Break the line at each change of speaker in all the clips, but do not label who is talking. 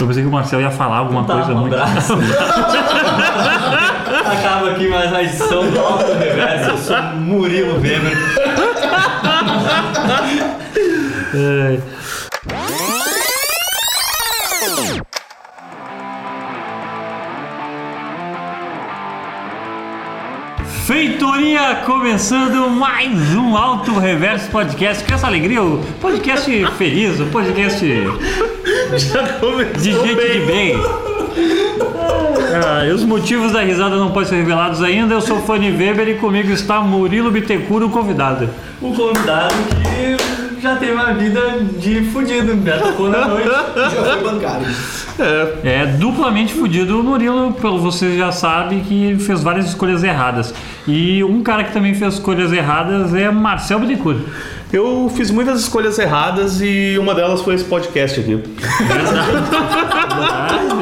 Eu pensei que o Marcel ia falar alguma
Tá,
coisa
um
muito.
abraço. Acaba aqui mais a edição do Alto Reverso. Eu sou Murilo Weber.
É. Feitoria começando mais um Alto Reverso Podcast. Com essa alegria, o podcast feliz, o podcast
Já começou
de gente de bem. Ah, e os motivos da risada não podem ser revelados ainda. Eu sou o Fanny Weber e comigo está Murilo Bittencourt, o convidado.
Um convidado que já teve uma vida de fudido. Já tocou na noite.
Já foi bancário. É,
É duplamente fudido. O Murilo, pelo você já sabe, que fez várias escolhas erradas. E um cara que também fez escolhas erradas é Marcel Bittencourt.
eu fiz muitas escolhas erradas e uma delas foi esse podcast aqui.
Verdade,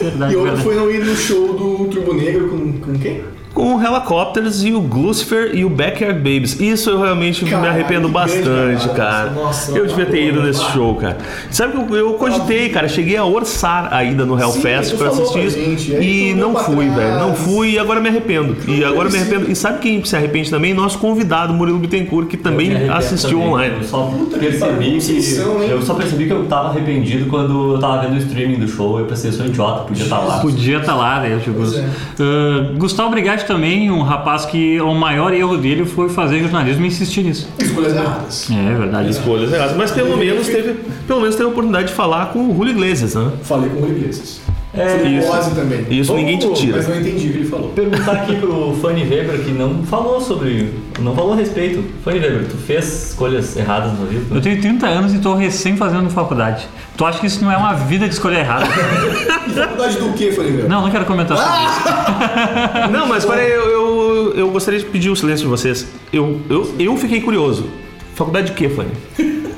verdade,
E eu
verdade.
fui no, ir no show do Turbo Negro com, com quem?
Com o Helicopters e o Glucifer e o Backyard Babies. Isso eu realmente me
Caralho,
arrependo
que
bastante,
grande cagada.
cara.
Nossa,
eu devia ter
tá
ido
bom,
nesse
tá.
show, cara. Sabe que eu, eu cogitei, cara. Cheguei a orçar ainda no Hellfest
tu
pra
falou
assistir
pra
isso.
gente, aí tu
e
andou
não
pra
fui,
trás.
velho. Não fui e agora me arrependo. E agora me arrependo. E sabe quem se arrepende também? Nosso convidado, Murilo Bittencourt, que
Me
também
arrependo
assistiu
também.
online.
Eu só percebi
são,
que.
hein?
Eu só percebi que eu tava arrependido quando eu tava vendo o streaming do show. Eu pensei, eu sou um idiota, podia estar lá.
Podia estar lá, né? Tipo,
Pois é.
Ah, Gustavo Brigatti também, um rapaz que o maior erro dele foi fazer jornalismo e insistir nisso.
Escolhas erradas.
É verdade.
Escolhas erradas, mas pelo menos teve, pelo menos teve a oportunidade de falar com o Julio Iglesias, né?
Falei com o Rui Iglesias.
É,
Sobre
isso.
Ozzy também.
Isso ninguém te tira.
Mas não entendi o que ele falou.
perguntar aqui pro Fanny Weber que não falou sobre. Não falou a respeito. Fanny Weber, tu fez escolhas erradas na vida?
Eu tenho 30 anos e tô recém fazendo faculdade. Tu acha que isso não é uma vida de escolha errada?
Faculdade do que, falei, velho?
não, não quero comentar sobre isso.
Não, mas peraí, eu, eu, eu gostaria de pedir o silêncio de vocês. Eu, eu, eu fiquei curioso. Faculdade de quê, Fanny?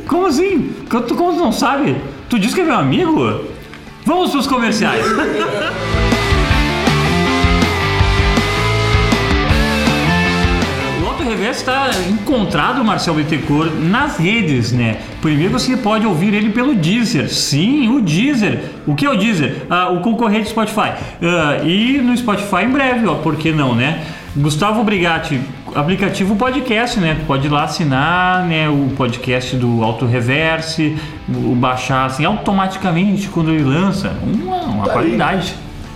Como assim? Co- Tu como tu não sabe? Tu disse que é meu amigo? Vamos pros comerciais. O Auto Reverso está encontrado o Marcel Bittencourt nas redes, né? Primeiro você pode ouvir ele pelo Deezer. Sim, o Deezer. O que é o Deezer? Ah, o concorrente do Spotify. Ah, e no Spotify em breve, ó, por que não, né? Gustavo Brigatti, aplicativo podcast, né? Pode ir lá assinar, né? O podcast do Auto Reverse, o baixar assim automaticamente quando ele lança. Uma, uma
Tá aí.
qualidade.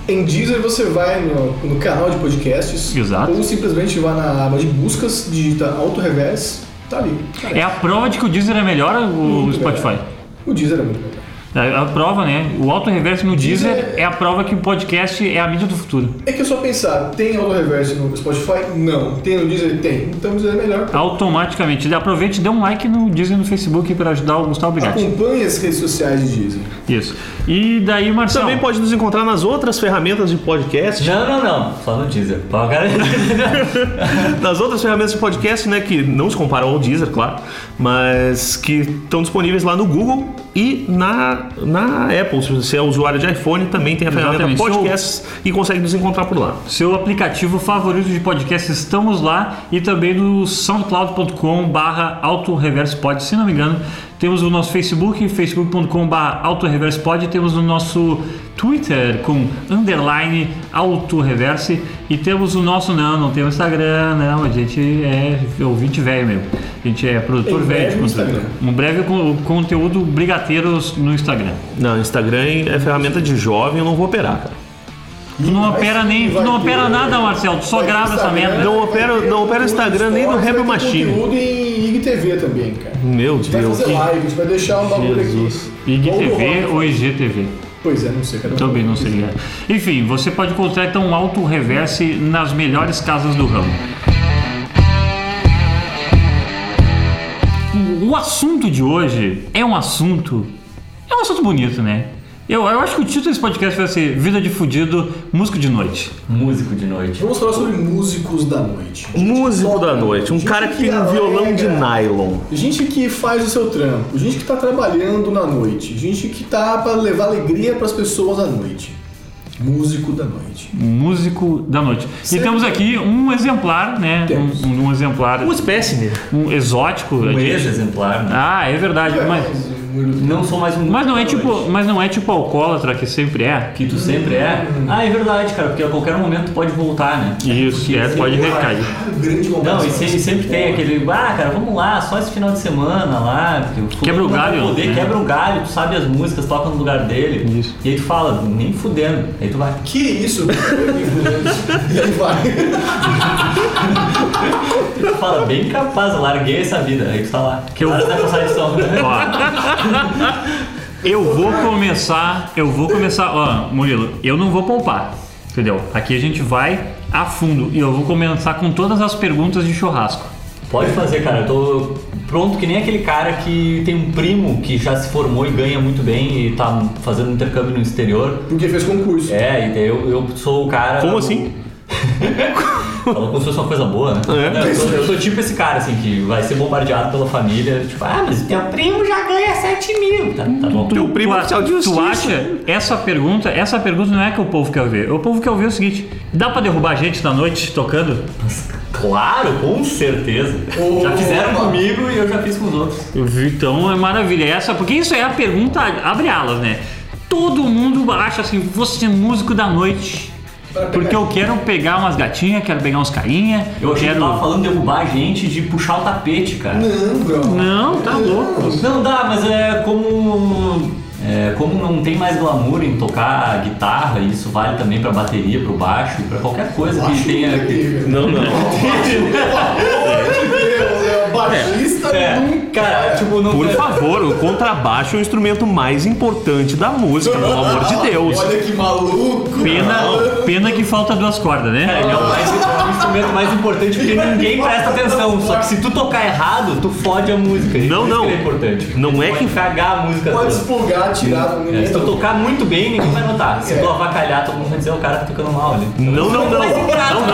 Em Deezer você vai no, no canal de podcasts.
Exato.
Ou simplesmente vai na aba de buscas, digita auto reverse, tá ali. Cara,
É a prova de que o Deezer é melhor o
Muito
Spotify.
melhor. O Deezer é muito legal.
É a prova, né? O auto reverso no Deezer, é a prova que o podcast é a mídia do futuro.
É que eu só pensar, tem auto reverse no Spotify? Não. Tem no Deezer? Tem. Então o Deezer é melhor.
Automaticamente. Aproveite e dê um like no Deezer e no Facebook para ajudar o Gustavo Brigatti.
Acompanhe as redes sociais de Deezer.
Isso. E daí, Marcelo.
Também pode nos encontrar nas outras ferramentas de podcast.
Não, não, não. Só no Deezer. Pra garantir.
Nas outras ferramentas de podcast, né? Que não se comparam ao Deezer, claro. Mas que estão disponíveis lá no Google e na, na Apple. Se você é usuário de iPhone, também tem a ferramenta
Exatamente.
podcasts e consegue nos encontrar por lá.
Seu aplicativo favorito de podcast, estamos lá. E também no soundcloud.com barra autoreversepod, se não me engano. Temos o nosso Facebook, facebook.com barra autoreversepod. Temos o nosso Twitter com underline autoreverse. E temos o nosso, não, não tem o Instagram, não. A gente é ouvinte velho mesmo. A gente é produtor
Em
velho. de
breve no
conteúdo.
Instagram.
Um breve con- conteúdo brigateiros no Instagram.
Não, Instagram é ferramenta de jovem, eu não vou operar, cara.
Tu não
Vai
opera
sim,
nem, tu
vai
não
ter-
opera nada, Marcelo. Tu só
vai ter
grava essa
Instagram,
merda.
Não
vai
opera-
ter
não opera o Instagram nem no
stories,
Rap
vai ter
Machine.
conteúdo em IGTV também, cara.
Meu
A gente vai
Deus.
fazer live, a gente vai deixar um bagulho
Jesus.
aqui.
IGTV
Ou do
ou
Rock.
IGTV?
Pois é, não sei, cara.
Também não seria. Enfim, você pode encontrar então um alto reverse nas melhores casas do ramo. O assunto de hoje é um assunto. É um assunto bonito, né? Eu, eu acho que o título desse podcast vai ser Vida de Fudido, Músico de Noite.
Músico de noite.
Vamos falar sobre músicos da noite.
Músico
Gente
da
que
noite, um
gente
cara que tem um
alegra.
violão de nylon.
Gente que faz o seu trampo, gente que tá trabalhando na noite, gente que tá pra levar alegria pras pessoas à noite. Músico da noite.
Músico da Noite. E
Sempre.
temos aqui um exemplar, né?
Temos.
Um, um exemplar
Uma espécime.
um exótico.
Um ex-exemplar, né?
Ah, é verdade. Mas,
muro.
Não sou mais um
Mas não é
da noite.
tipo, mas não é tipo alcoólatra que sempre é.
Que tu sempre é. Ah, é verdade, cara, porque a qualquer momento tu pode voltar, né?
Isso, é, pode recair.
Caralho, grande
Não,
comparação.
e sempre, sempre tem aquele, ah, cara, vamos lá, só esse final de semana lá. porque fulano
Quebra o
não vai
galho,
Poder,
né?
Quebra o galho, tu sabe as músicas, toca no lugar dele.
Isso.
E aí tu fala, nem fudendo. Aí tu vai.
Que isso? Ele vai.
Tu fala, bem capaz, eu larguei essa vida. Aí tu tá lá. Que eu vou passar de som.
Eu vou começar, eu vou começar, ó, Murilo, eu não vou poupar, entendeu? Aqui a gente vai a fundo e eu vou começar com todas as perguntas de churrasco.
Pode fazer, cara. Eu tô pronto que nem aquele cara que tem um primo que já se formou e ganha muito bem e tá fazendo intercâmbio no exterior.
Porque fez concurso.
É, e daí eu, eu sou o cara.
Como assim?
Falou como se fosse uma coisa boa, né?
É.
Não, eu, sou, eu sou tipo esse cara, assim, que vai ser bombardeado pela família. Tipo, ah, mas teu primo já ganha 7 mil. Tá, tá bom.
Teu primo
a-
oficial de
tu
justiça.
acha essa pergunta, essa pergunta não é que o povo quer ver. O povo quer ver o seguinte: dá pra derrubar gente na noite tocando?
Claro, com certeza.
Ô,
Já fizeram
opa.
comigo e eu já fiz com os outros.
Então é maravilha essa, porque isso é a pergunta abre alas, né? Todo mundo acha assim, você é músico da noite.
Pra pegar.
Porque eu quero pegar umas gatinhas, quero pegar uns carinha,
Eu achei que
quero.
tu tava falando de derrubar a gente de puxar o tapete, cara.
Não, bro.
Não, tá louco.
Não dá, mas é como. é, como não tem mais glamour em tocar guitarra, e isso vale também pra bateria, pro baixo, pra qualquer coisa que
Acho
tenha.
incrível.
Não, não.
Meu, é o baixista
É,
nunca.
cara, tipo, não
Por favor, o contrabaixo é o instrumento mais importante da música, pelo amor de Deus.
Olha que maluco.
Pena, pena que falta duas cordas,
Cara,
né?
ele é o, mais- é o instrumento mais importante porque ninguém presta atenção. Só que se tu tocar errado, tu fode a música.
Não,
Isso
não.
que é importante.
Não
Tu
é
pode
que-
cagar a música.
Pode
toda.
expulgar, tirar do
É, se tu
menino.
tocar muito bem, ninguém vai notar. Se tu avacalhar, todo mundo vai dizer o cara tá tocando mal ali.
Não, não, não. Não,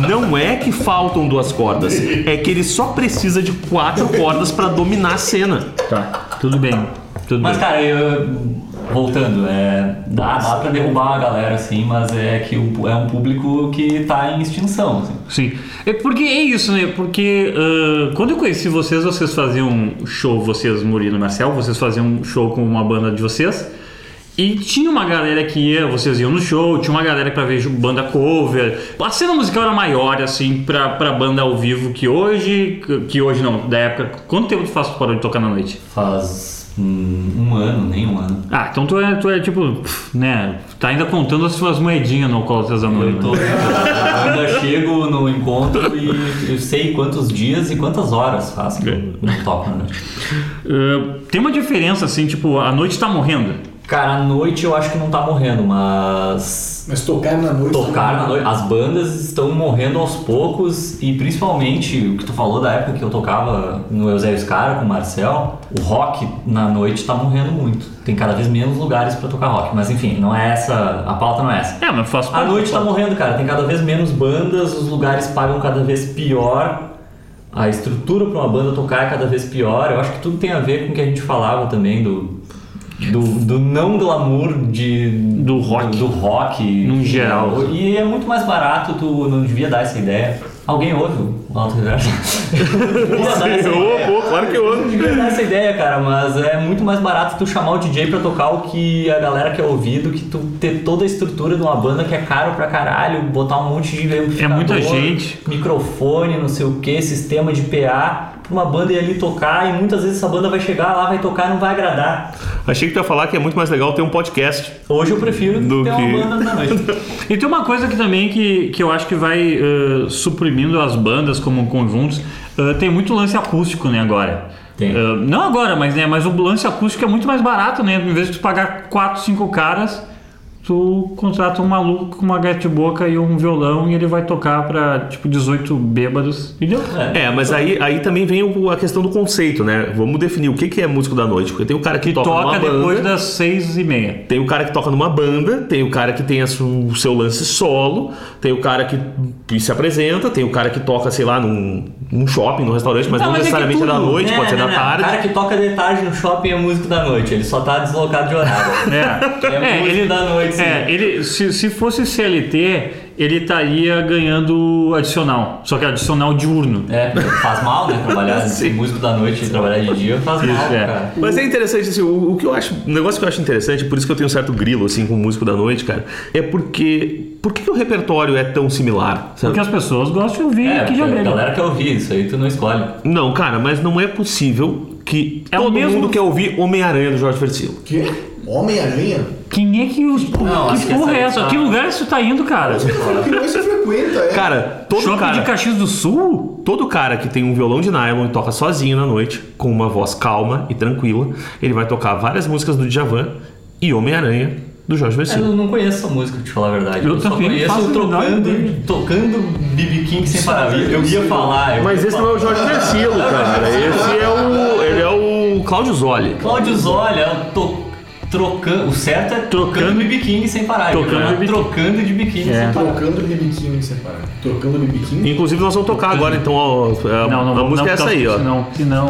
não. Não é que faltam duas cordas. É que ele só precisa de quatro cordas pra dominar a cena.
Tá, tudo bem. Tudo
Mas,
bem.
cara, eu- voltando, é, dá, dá pra derrubar a galera, assim, mas é que o- é um público que tá em extinção. assim.
Sim. É porque é isso, né? Porque ah, quando eu conheci vocês, vocês faziam um show, vocês, Murilo e Marcel, vocês faziam um show com uma banda de vocês. E tinha uma galera que ia, vocês iam no show, tinha uma galera pra ver banda cover. A cena musical era maior, assim, pra, pra banda ao vivo que hoje. que- Que hoje não, da época. Quanto tempo tu faz que tu parou de tocar na noite?
Faz hum, um ano, nem um ano.
Ah, então tu é, tu é tipo, pff, né? Tá ainda contando as suas moedinhas no né? colo das
Eu tô, eu ainda chego no encontro e eu sei quantos dias e quantas horas faz que eu não toco, né?
Uh, tem uma diferença assim, tipo, a noite tá morrendo.
Cara, à noite eu acho que não tá morrendo, mas
Mas tocar na noite.
tocar na noite. As bandas estão morrendo aos poucos e principalmente o que tu falou da época que eu tocava no Eusébio Scara com o Marcel, o rock na noite tá morrendo muito. Tem cada vez menos lugares pra tocar rock, mas enfim, não é essa. A pauta não é essa.
É, mas faz
A
parte.
noite tá morrendo, cara. Tem cada vez menos bandas, os lugares pagam cada vez pior. A estrutura pra uma banda tocar é cada vez pior. Eu acho que tudo tem a ver com o que a gente falava também do. Do, do não glamour de,
Do rock.
Do, rock.
Num geral.
E é muito mais barato, tu não devia dar essa ideia. Alguém ouve o Alto Reverso? Devia dar essa ideia.
claro que
Eu devia dar essa ideia, cara, mas é muito mais barato tu chamar o DJ pra tocar o que a galera quer ouvir do que tu ter toda a estrutura de uma banda que é caro pra caralho, botar um monte de
É
amplificador,
muita gente.
microfone, não sei o que, sistema de PA, pra uma banda ir ali tocar e muitas vezes essa banda vai chegar lá, vai tocar e não vai agradar.
Achei que tu ia falar que é muito mais legal ter um podcast.
Hoje eu prefiro
Do
ter
que-
uma banda na noite.
E tem uma coisa que também que, que eu acho que vai eh, suprimindo as bandas como conjuntos. Eh, tem muito lance acústico, né, agora.
Tem.
Eh, não agora, mas né, mas o lance acústico é muito mais barato, né? Em vez de tu pagar 4, 5 caras, tu contrata um maluco com uma boca e um violão e ele vai tocar pra tipo 18 bêbados. E deu.
É, mas aí, aí também vem o- a questão do conceito, né? Vamos definir o que, que é músico da noite. Porque tem o cara que,
Que
toca,
toca
numa
depois
banda,
das 6 e meia.
Tem o cara que toca numa banda, tem o cara que tem a su- o seu lance solo, tem o cara que que se apresenta, tem o cara que toca, sei lá, num, num shopping, num restaurante, mas não,
Não, mas é que
necessariamente é, da
tudo, né,
noite,
Não,
pode ser
não,
da
não.
tarde.
O cara que toca de tarde no shopping é músico da noite, ele só tá deslocado de horário.
É,
É músico da noite,
é,
sim.
ele- se, se fosse CLT, ele estaria ganhando adicional. Só que adicional diurno.
É, faz mal, né? Trabalhar de músico da noite e trabalhar de dia faz mal,
Isso, é.
cara.
Mas é interessante, assim, o, o que eu acho. O negócio que eu acho interessante, por isso que eu tenho um certo grilo, assim, com o músico da noite, cara, é porque. Por que, que o repertório é tão similar? sabe?
Porque as pessoas gostam de ouvir
É,
aqui de
a
abelha.
galera quer ouvir isso aí, tu não escolhe.
Não, cara, mas não é possível que
É o
todo
mesmo-
mundo quer ouvir Homem-Aranha do Jorge Versilo.
Quê? Homem-Aranha?
Quem é que os.
Não, acho
que
que
porra é
essa-
essa? Que lugar isso tá indo, cara?
Que mais você frequenta, é?
Cara, todo
Shopping
cara,
de Caxias do Sul?
todo cara que tem um violão de nylon e toca sozinho na noite, com uma voz calma e tranquila, ele vai tocar várias músicas do Djavan e Homem-Aranha do Jorge
Eu
Versilo.
não conheço essa música, pra te falar a verdade.
Eu
só
também não faço
conheço
a menor ideia.
tocando, tocando BB King sem parar. Eu, eu ia falar. Eu
Mas
ia
esse
falar.
não é o Jorge Versilo, cara. Esse é o. Ele é o Cláudio Zoli.
Cláudio Zola, to, trocando. O certo é trocando BB King sem parar.
Trocando
Ele
BB
tá trocando de biquíni
É.
sem parar.
Trocando bibiquinho separado. Trocando bibiquinho?
Inclusive, nós vamos tocar agora, então, ó, a,
Não, não
a
vamos
música é
não,
essa
porque
aí, ó.
Senão, senão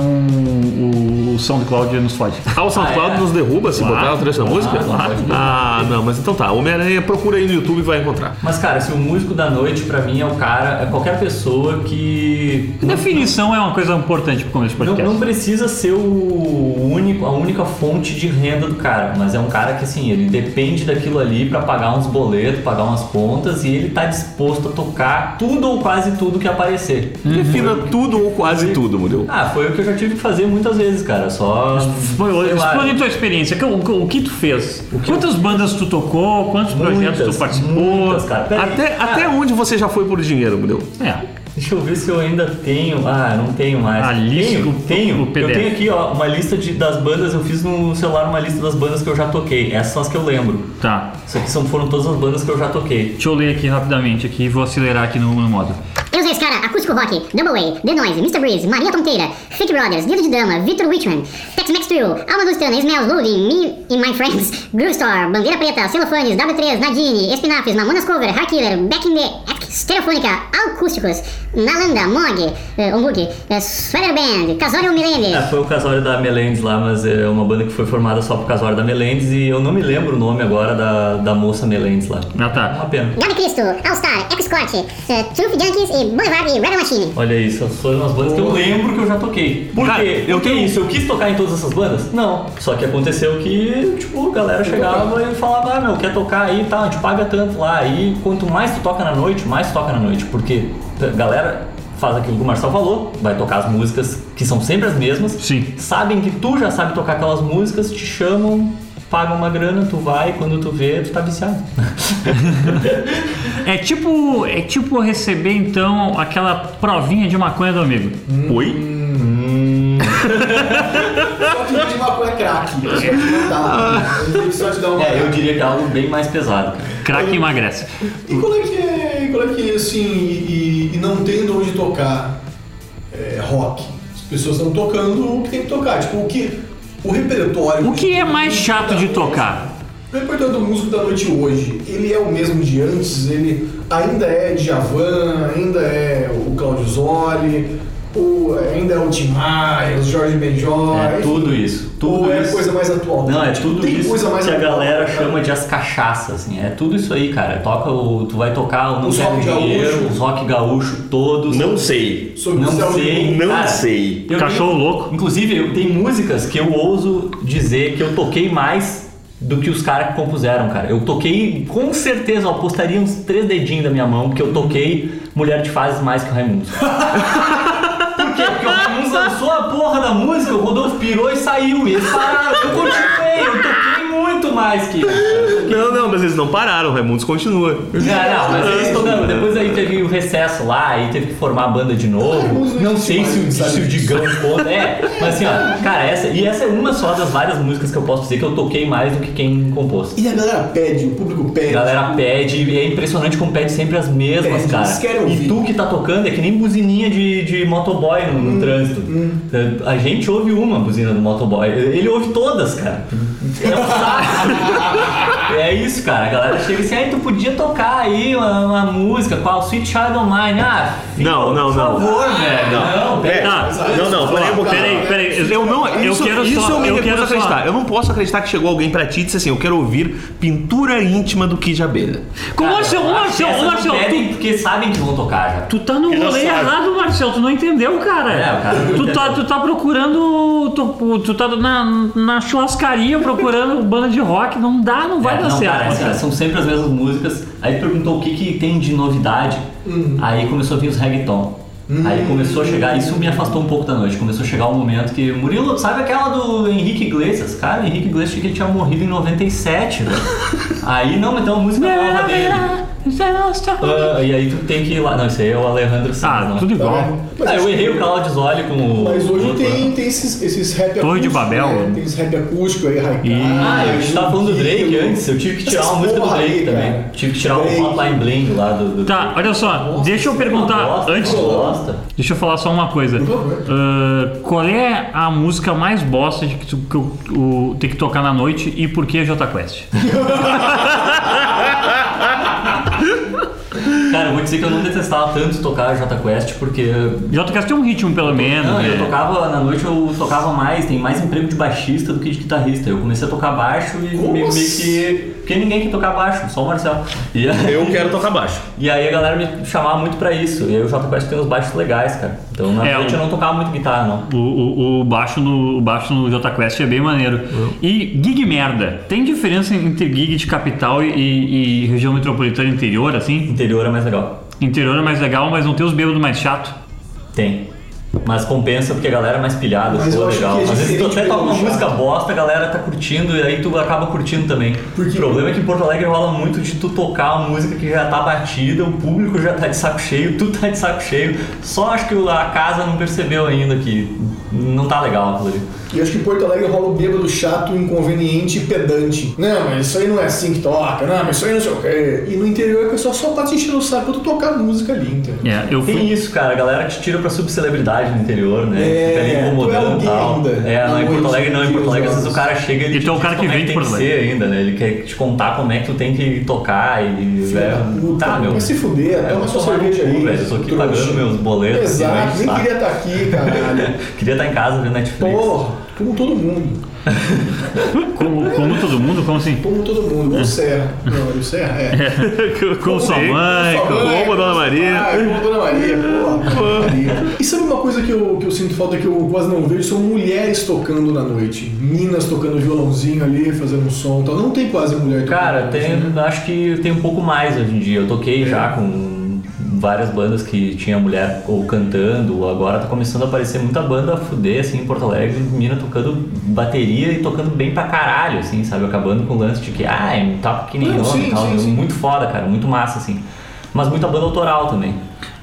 o, o SoundCloud nos fode.
Ah, o SoundCloud
Ah, é?
nos derruba se botar o trecho da música?
claro.
Ah, não, mas então tá. Homem-Aranha, procura aí no YouTube e vai encontrar.
Mas, cara, se o músico da noite, pra mim, é o cara, é qualquer pessoa que
Definição é uma coisa importante pro começo do
Não,
podcast.
não precisa ser o único, a única fonte de renda do cara, mas é um cara que assim, ele depende daquilo ali pra pagar uns boletos, pagar umas contas e ele tá disposto a tocar tudo ou quase tudo que aparecer.
Defina
Uhum.
tudo ou quase tudo, Murilo.
Ah, foi o que eu já tive que fazer muitas vezes, cara. Só. sei lá,
Explane tua experiência. que- O, o que tu fez? Quantas bandas tu tocou? Quantos projetos
muitas,
tu participou?
muitas, cara. Peraí.
Até,
Ah,
até onde você já foi por dinheiro, Murilo?
É.
Deixa eu ver se eu ainda tenho. Ah, não tenho mais.
A lista,
tenho,
o-
tenho.
o PDF.
Eu tenho aqui, ó, uma lista de, das bandas. Eu fiz no celular uma lista das bandas que eu já toquei. Essas são as que eu lembro.
Tá.
Isso aqui são, foram todas as bandas que eu já toquei.
Deixa eu ler aqui rapidamente aqui e vou acelerar aqui no, no modo.
Eu sou esse cara, Acústico Rock, Double Way, The Noise, Mr. Breeze, Maria Tonteira, Fake Brothers, Dedo de Dama, Victor Witchman, Tex Mex Trio, Alma Luciana, Ismael Loading, Me and My Friends, Groove Store, Bandeira Preta, Celofanes, W3, Nadine, Espinafres, Mamonas Cover, Hackiller, Back in the Attic, Stereofônica, Acústicos, Nalanda, Mog, eh, Homburg, eh, Sweater Band, Casório Milene.
É, foi o casório da Melendes lá, mas é uma banda que foi formada só pro casório da Melendes e eu não me lembro o nome agora da, da moça Melendes lá. É
Ah, tá.
Uma pena.
Gabi Cristo, All Star, Eco Scott, eh, Truth Junkies e Boulevard e Rebel Machine.
Olha isso, essas foram as bandas que eu lembro que eu já toquei. Por
Cara,
quê?
eu
Porque
tenho-
isso, eu quis tocar em todas essas bandas? Não. Só que aconteceu que, tipo, a galera chegava e falava, ah, meu, quer tocar aí e tal, a gente paga tanto lá. E quanto mais tu toca na noite, mais tu toca na noite. Porque a galera faz aquilo que o Marcel falou, vai tocar as músicas que são sempre as mesmas.
Sim.
Sabem que tu já sabe tocar aquelas músicas, te chamam, pagam uma grana, tu vai, quando tu vê, tu tá viciado.
É tipo, é tipo receber então aquela provinha de maconha do amigo.
Oi?
Só que de maconha é crack. Só te não dá. Ele Só te dá uma.
é, eu diria que é algo bem mais pesado.
Crack emagrece.
E qual é que é, e qual é que, assim, e, e- e não tendo onde tocar é, rock? As pessoas estão tocando o que tem que tocar. Tipo, o que. O repertório.
O que é mais chato de tocar?
O repertório do músico da noite hoje, ele é o mesmo de antes? Ele ainda é Djavan, ainda é o Claudio Zoli, ou ainda é o Tim Maia, o Jorge Benjó?
É
enfim.
tudo isso. Tudo
ou é
isso.
coisa mais atual?
Não, é tudo
Tem
isso
coisa mais né?
que a
atual,
galera
cara.
chama de as cachaças, assim. É tudo isso aí, cara. Toca o, tu vai tocar o Não
Os
Quero
rock
Dinheiro,
gaúcho.
os rock gaúcho todos.
sei.
Sobre
Não
o céu de
sei.
Mundo.
Não
Cara,
sei.
eu
Cachorro
tenho-
louco.
Inclusive, eu tenho músicas que eu ouso dizer que eu toquei mais do que os caras que compuseram, cara. Eu toquei, com certeza, eu apostaria uns três dedinhos da minha mão que eu toquei Mulher de Fases mais que o Raimundo. Por quê? Porque o Raimundo lançou a porra da música, o Rodolfo pirou e saiu. E eles pararam, eu continuei, eu toquei muito mais que eles, cara.
Não, não, mas eles não pararam, Raimundos continua.
Não, não, mas eles tocaram. Depois aí teve o recesso lá, aí teve que formar a banda de novo. Não sei se, o- se o Digão conta. É, mas assim, ó, cara, essa, e essa é uma só das várias músicas que eu posso dizer que eu toquei mais do que quem compôs.
E a galera pede, o público
A
pede.
galera pede, e é impressionante como pede sempre as mesmas,
Pede, eles
cara.
querem ouvir.
E tu que tá tocando é que nem buzininha de, de motoboy no,
Hum,
no trânsito. Então, A gente ouve uma buzina do motoboy. Ele ouve todas, cara. É um saco. É isso, cara. A galera chega assim, aí tu podia tocar aí uma, uma música, qual? Sweet Child O' Mine. Ah, filho,
Não, não,
por
não.
favor, velho. Não,
Não,
pera-
é, não, não, peraí um pouquinho.
Peraí, peraí.
Eu não,
eu
isso,
quero
isso
só,
eu me
eu
recuso
quero
a
só.
acreditar. Eu não posso acreditar que chegou alguém pra ti e disse assim, eu quero ouvir pintura íntima do Kid de Abelha.
Como,
Cara,
Marcel,
as
Marcel,
peças
ô,
não
Marcel, tu,
pedem porque sabem que vão tocar já.
tu tá no
Ela
rolê
sabe.
errado, Marcel. Tu não entendeu, cara.
É, o cara não
tu, tá, tu tá procurando. Tu, tu tá na, na churrascaria procurando banda de rock. Não dá, não vai
É,
dar
não,
certo.
cara, assim,
cara.
são sempre as mesmas músicas. Aí tu perguntou o que, que tem de novidade.
Uhum.
Aí começou a vir os reggaeton.
Hum.
Aí começou a chegar, isso me afastou um pouco da noite. Começou a chegar o momento que. Murilo, sabe aquela do Henrique Iglesias? Cara, o Henrique Iglesias achei que ele tinha morrido em 97, velho. Aí não, então a música nova dele.
é
Ah, e aí tu tem que ir lá. Não, isso aí é o Alejandro Sanz.
Ah,
não.
tudo igual.
Mas
Ah, eu
hoje-
errei o Claudio Zoli com o.
É.
né?
Mas
com
hoje
o-
tem, tem esses, esses rap
Torre de
acústico,
Babel.
né? Tem esses rap acústico aí, Haikai.
Ah, eu estava falando do Drake antes, eu tive que tirar
Essas
uma música do
porra
Drake
aí,
também.
cara.
Tive que tirar
Drake.
o Hotline Bling lá do. do
Tá, olha só. deixa eu perguntar
Gosta,
antes.
não Gosta.
Deixa eu falar só uma coisa.
favor.
Ah, qual é a música mais bosta de que, tu, que eu- o- tem que tocar na noite e por que Jota Quest?
Cara, eu vou dizer que eu não detestava tanto tocar Jota Quest, porque.
Jota Quest tem um ritmo, pelo menos.
Não,
né?
eu tocava na noite, eu tocava mais, tem mais emprego de baixista do que de guitarrista. Eu comecei a tocar baixo e meio, meio
assim?
que. Porque ninguém quer tocar baixo, só o Marcel. E aí,
Eu quero tocar baixo.
e aí a galera me chamava muito pra isso. E aí o Jota Quest tem uns baixos legais, cara. Então na
É,
noite
o-
eu não tocava muito guitarra,
O,
não.
o- o baixo no, o baixo no Jota Quest é bem maneiro. E gig merda. Tem diferença entre gig de capital e, e- e região metropolitana interior, assim?
Interior é mais legal.
Interior é mais legal, mas não tem os bêbados mais chato.
Tem. Mas compensa porque a galera é mais pilhada,
Mas
pô,
eu acho
legal.
que é
Às vezes tu
diferente
até toca uma
pelo
música
chato.
bosta, a galera tá curtindo e aí tu acaba curtindo também.
Por
O
quê?
problema é que em Porto Alegre rola muito de tu tocar uma música que já tá batida, o público já tá de saco cheio, tu tá de saco cheio. Só acho que a casa não percebeu ainda que não tá legal aquilo ali.
E acho que em Porto Alegre rola o bêbado chato, inconveniente e pedante. Não, mas isso aí não é assim que toca. Não, mas isso aí não sei o quê. E no interior a pessoa só tá te enchendo o saco pra tu tocar música ali, entendeu?
É, eu fui-
Tem isso, cara, a galera te tira pra subcelebridade no interior, né?
É,
Fica
tu é
ali incomodando e
alguém
tal.
ainda.
É, não, em
Não,
Porto Alegre não, em Porto Alegre às vezes o cara chega e ele
E
um
tu é o
te
cara
diz
que
como é
vem de
tem que
Porto
ser ainda, né? Ele quer te contar como é que tu tem que tocar e.
Filha
é,
da puta,
tá, meu.
Vai se fuder,
É,
toma
eu
sua
tô tomando
cerveja
cu,
aí.
velho. Eu tô aqui
trouxa.
pagando meus boletos.
Exato,
assim,
nem
né?
queria estar aqui, caralho.
Queria estar em casa vendo Netflix.
Porra, como todo mundo.
como, como todo mundo, como assim?
Como todo mundo. Ou Serra. Não, o Serra é.
Com sua
Sim.
mãe,
Sua
com-
mãe,
como a Dona Maria.
Ah, como a Dona Maria, porra. Dona Maria. E sabe uma coisa que eu, que eu sinto falta que eu quase não vejo? São mulheres tocando na noite. Minas tocando violãozinho ali, fazendo um som e tal. Não tem quase mulher tocando.
Cara, tem, acho que tem um pouco mais hoje em dia. Eu toquei
É.
já com várias bandas que tinha mulher ou cantando, ou agora tá começando a aparecer muita banda a fuder, assim, em Porto Alegre, mina tocando bateria e tocando bem pra caralho, assim, sabe? Acabando com o lance de que, ah, é um papo que nem
Não,
homem e
sim,
tal.
sim, sim.
Muito foda, cara, muito massa, assim. Mas muita banda autoral também.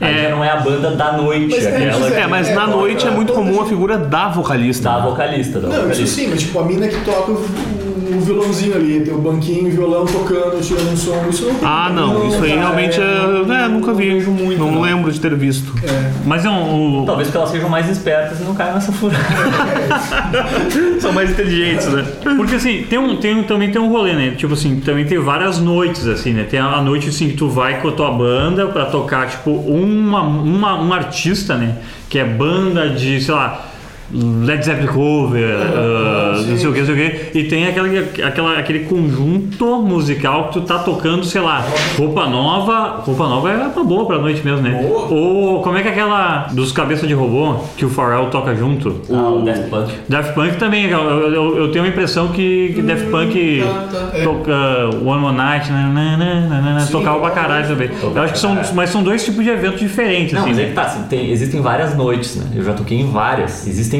É.
Aí já não é a banda da noite,
Mas tem
aquela
que
que
dizer,
É, mas
É,
na
toca,
noite é muito
toca
comum a
de-
figura da vocalista.
da vocalista. Da
Não, isso
vocalista.
sim, mas tipo, a mina que toca o, o violãozinho ali, tem o banquinho, o violão tocando, tirando um som, isso não tem.
Ah, não, isso aí
cara,
realmente é, é, nunca vi.
vejo muito,
não lembro de ter visto.
Mas é um. o-
Talvez porque elas sejam mais espertas e não caiam nessa furada.
São mais inteligentes, né?
Porque assim, tem um, tem um- também tem um rolê, né? Tipo assim, também tem várias noites, assim, né? Tem a noite assim que tu vai com a tua banda pra tocar, tipo, uma, uma, um artista, né? Que é banda de, sei lá, Led Zeppelin cover, ah, não sei o que, não sei o que. E tem aquela, aquela, aquele conjunto musical que tu tá tocando, sei lá, roupa nova. Roupa nova é uma boa pra noite mesmo, né? Ou como é que é aquela dos cabeça de robô que o Pharrell toca junto?
Ah, o Death Punk.
Daft Punk também, eu, eu, eu tenho a impressão que, que Daft Punk
Hum, tá, tá, é.
toca One More Night, né, nananana, nananana,
Sim,
tocava pra caralho também. Eu acho que são,
caralho.
mas são dois tipos de eventos diferentes,
Não,
assim.
mas é
né?
que tá, assim, tem- existem várias noites, né? Eu já toquei em várias. Existem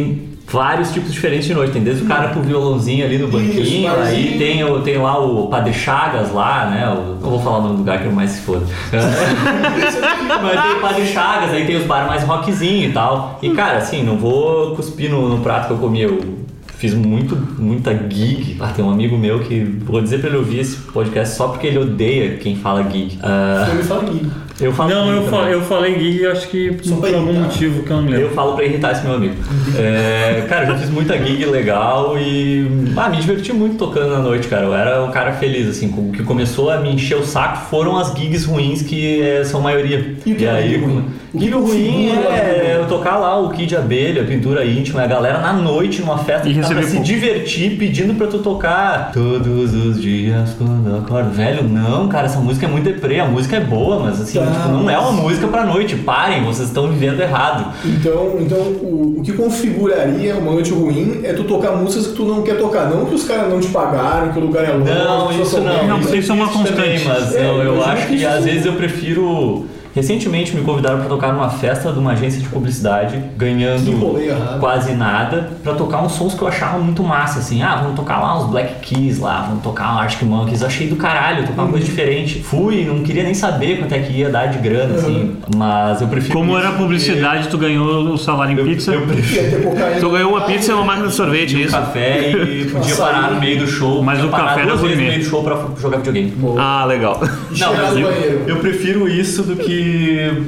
vários tipos diferentes de noite. Tem desde o cara com o violãozinho ali no banquinho, aí
barzinho.
tem, o- tem lá o Padre Chagas lá, né? O- não vou falar o nome do lugar que é mais se foda. mas tem o Padre Chagas, aí tem os bares mais rockzinho e tal. E cara, assim, não vou cuspir no, no prato que eu comi. Eu fiz muito, muita gig. Ah, tem um amigo meu que vou dizer pra ele ouvir esse podcast só porque ele odeia quem fala gig. Ah,
Então Eu me falo gig.
Eu falo
Não,
comigo
eu, fa-
também.
eu falei gig e acho que
Só
por
pra
algum
irritar.
motivo que eu não me
Eu
lembro.
falo pra irritar esse meu amigo. É, cara, eu já fiz muita gig legal e ah, me diverti muito tocando na noite, cara. Eu era um cara feliz, assim. com- O que começou a me encher o saco foram as gigs ruins, que eh, são a maioria.
E o que é gig ruim? O
Gig
que
ruim
configura a
é
gig?
eu tocar lá o Kid Abelha, pintura íntima, a galera na noite, numa festa,
E
que tá pra
receber
se
pouco.
divertir, pedindo pra tu tocar todos os dias quando eu acordo. Velho, não, cara, essa música é muito deprê, a música é boa, mas assim,
Tá,
tipo, não é uma
mas-
música pra noite. Parem, vocês estão vivendo errado.
Então, então o, o que configuraria uma noite ruim é tu tocar músicas que tu não quer tocar. Não que os caras não te pagaram, que o lugar é longe,
Não,
as pessoas
isso
são
não.
ruins.
Não, isso é uma
existe também,
constante.
mas
É,
eu, eu
mas
acho
é
que
isso.
às vezes eu prefiro. Recentemente me convidaram para tocar numa festa de uma agência de publicidade,
Que
ganhando
rolê errado.
quase nada, para tocar uns sons que eu achava muito massa, assim, ah, vamos tocar lá uns Black Keys lá, vamos tocar um Arctic Monkeys, eu achei do caralho, tocar uma coisa diferente. Fui, não queria nem saber quanto é que ia dar de grana, assim, mas eu prefiro
Como
isso
era a
porque
publicidade, tu ganhou o salário em pizza?
Eu
E aí, ter cocaína-
Tu ganhou uma pizza e uma máquina de sorvete, é
prefiro
isso?
café e podia
Açaí.
parar no meio do show,
Mas
podia
o
parar
café era
duas vezes no
gourmet.
meio do show para jogar videogame.
Ah, legal.
Não,
Chegar
mas
no
eu,
banheiro.
eu prefiro isso do que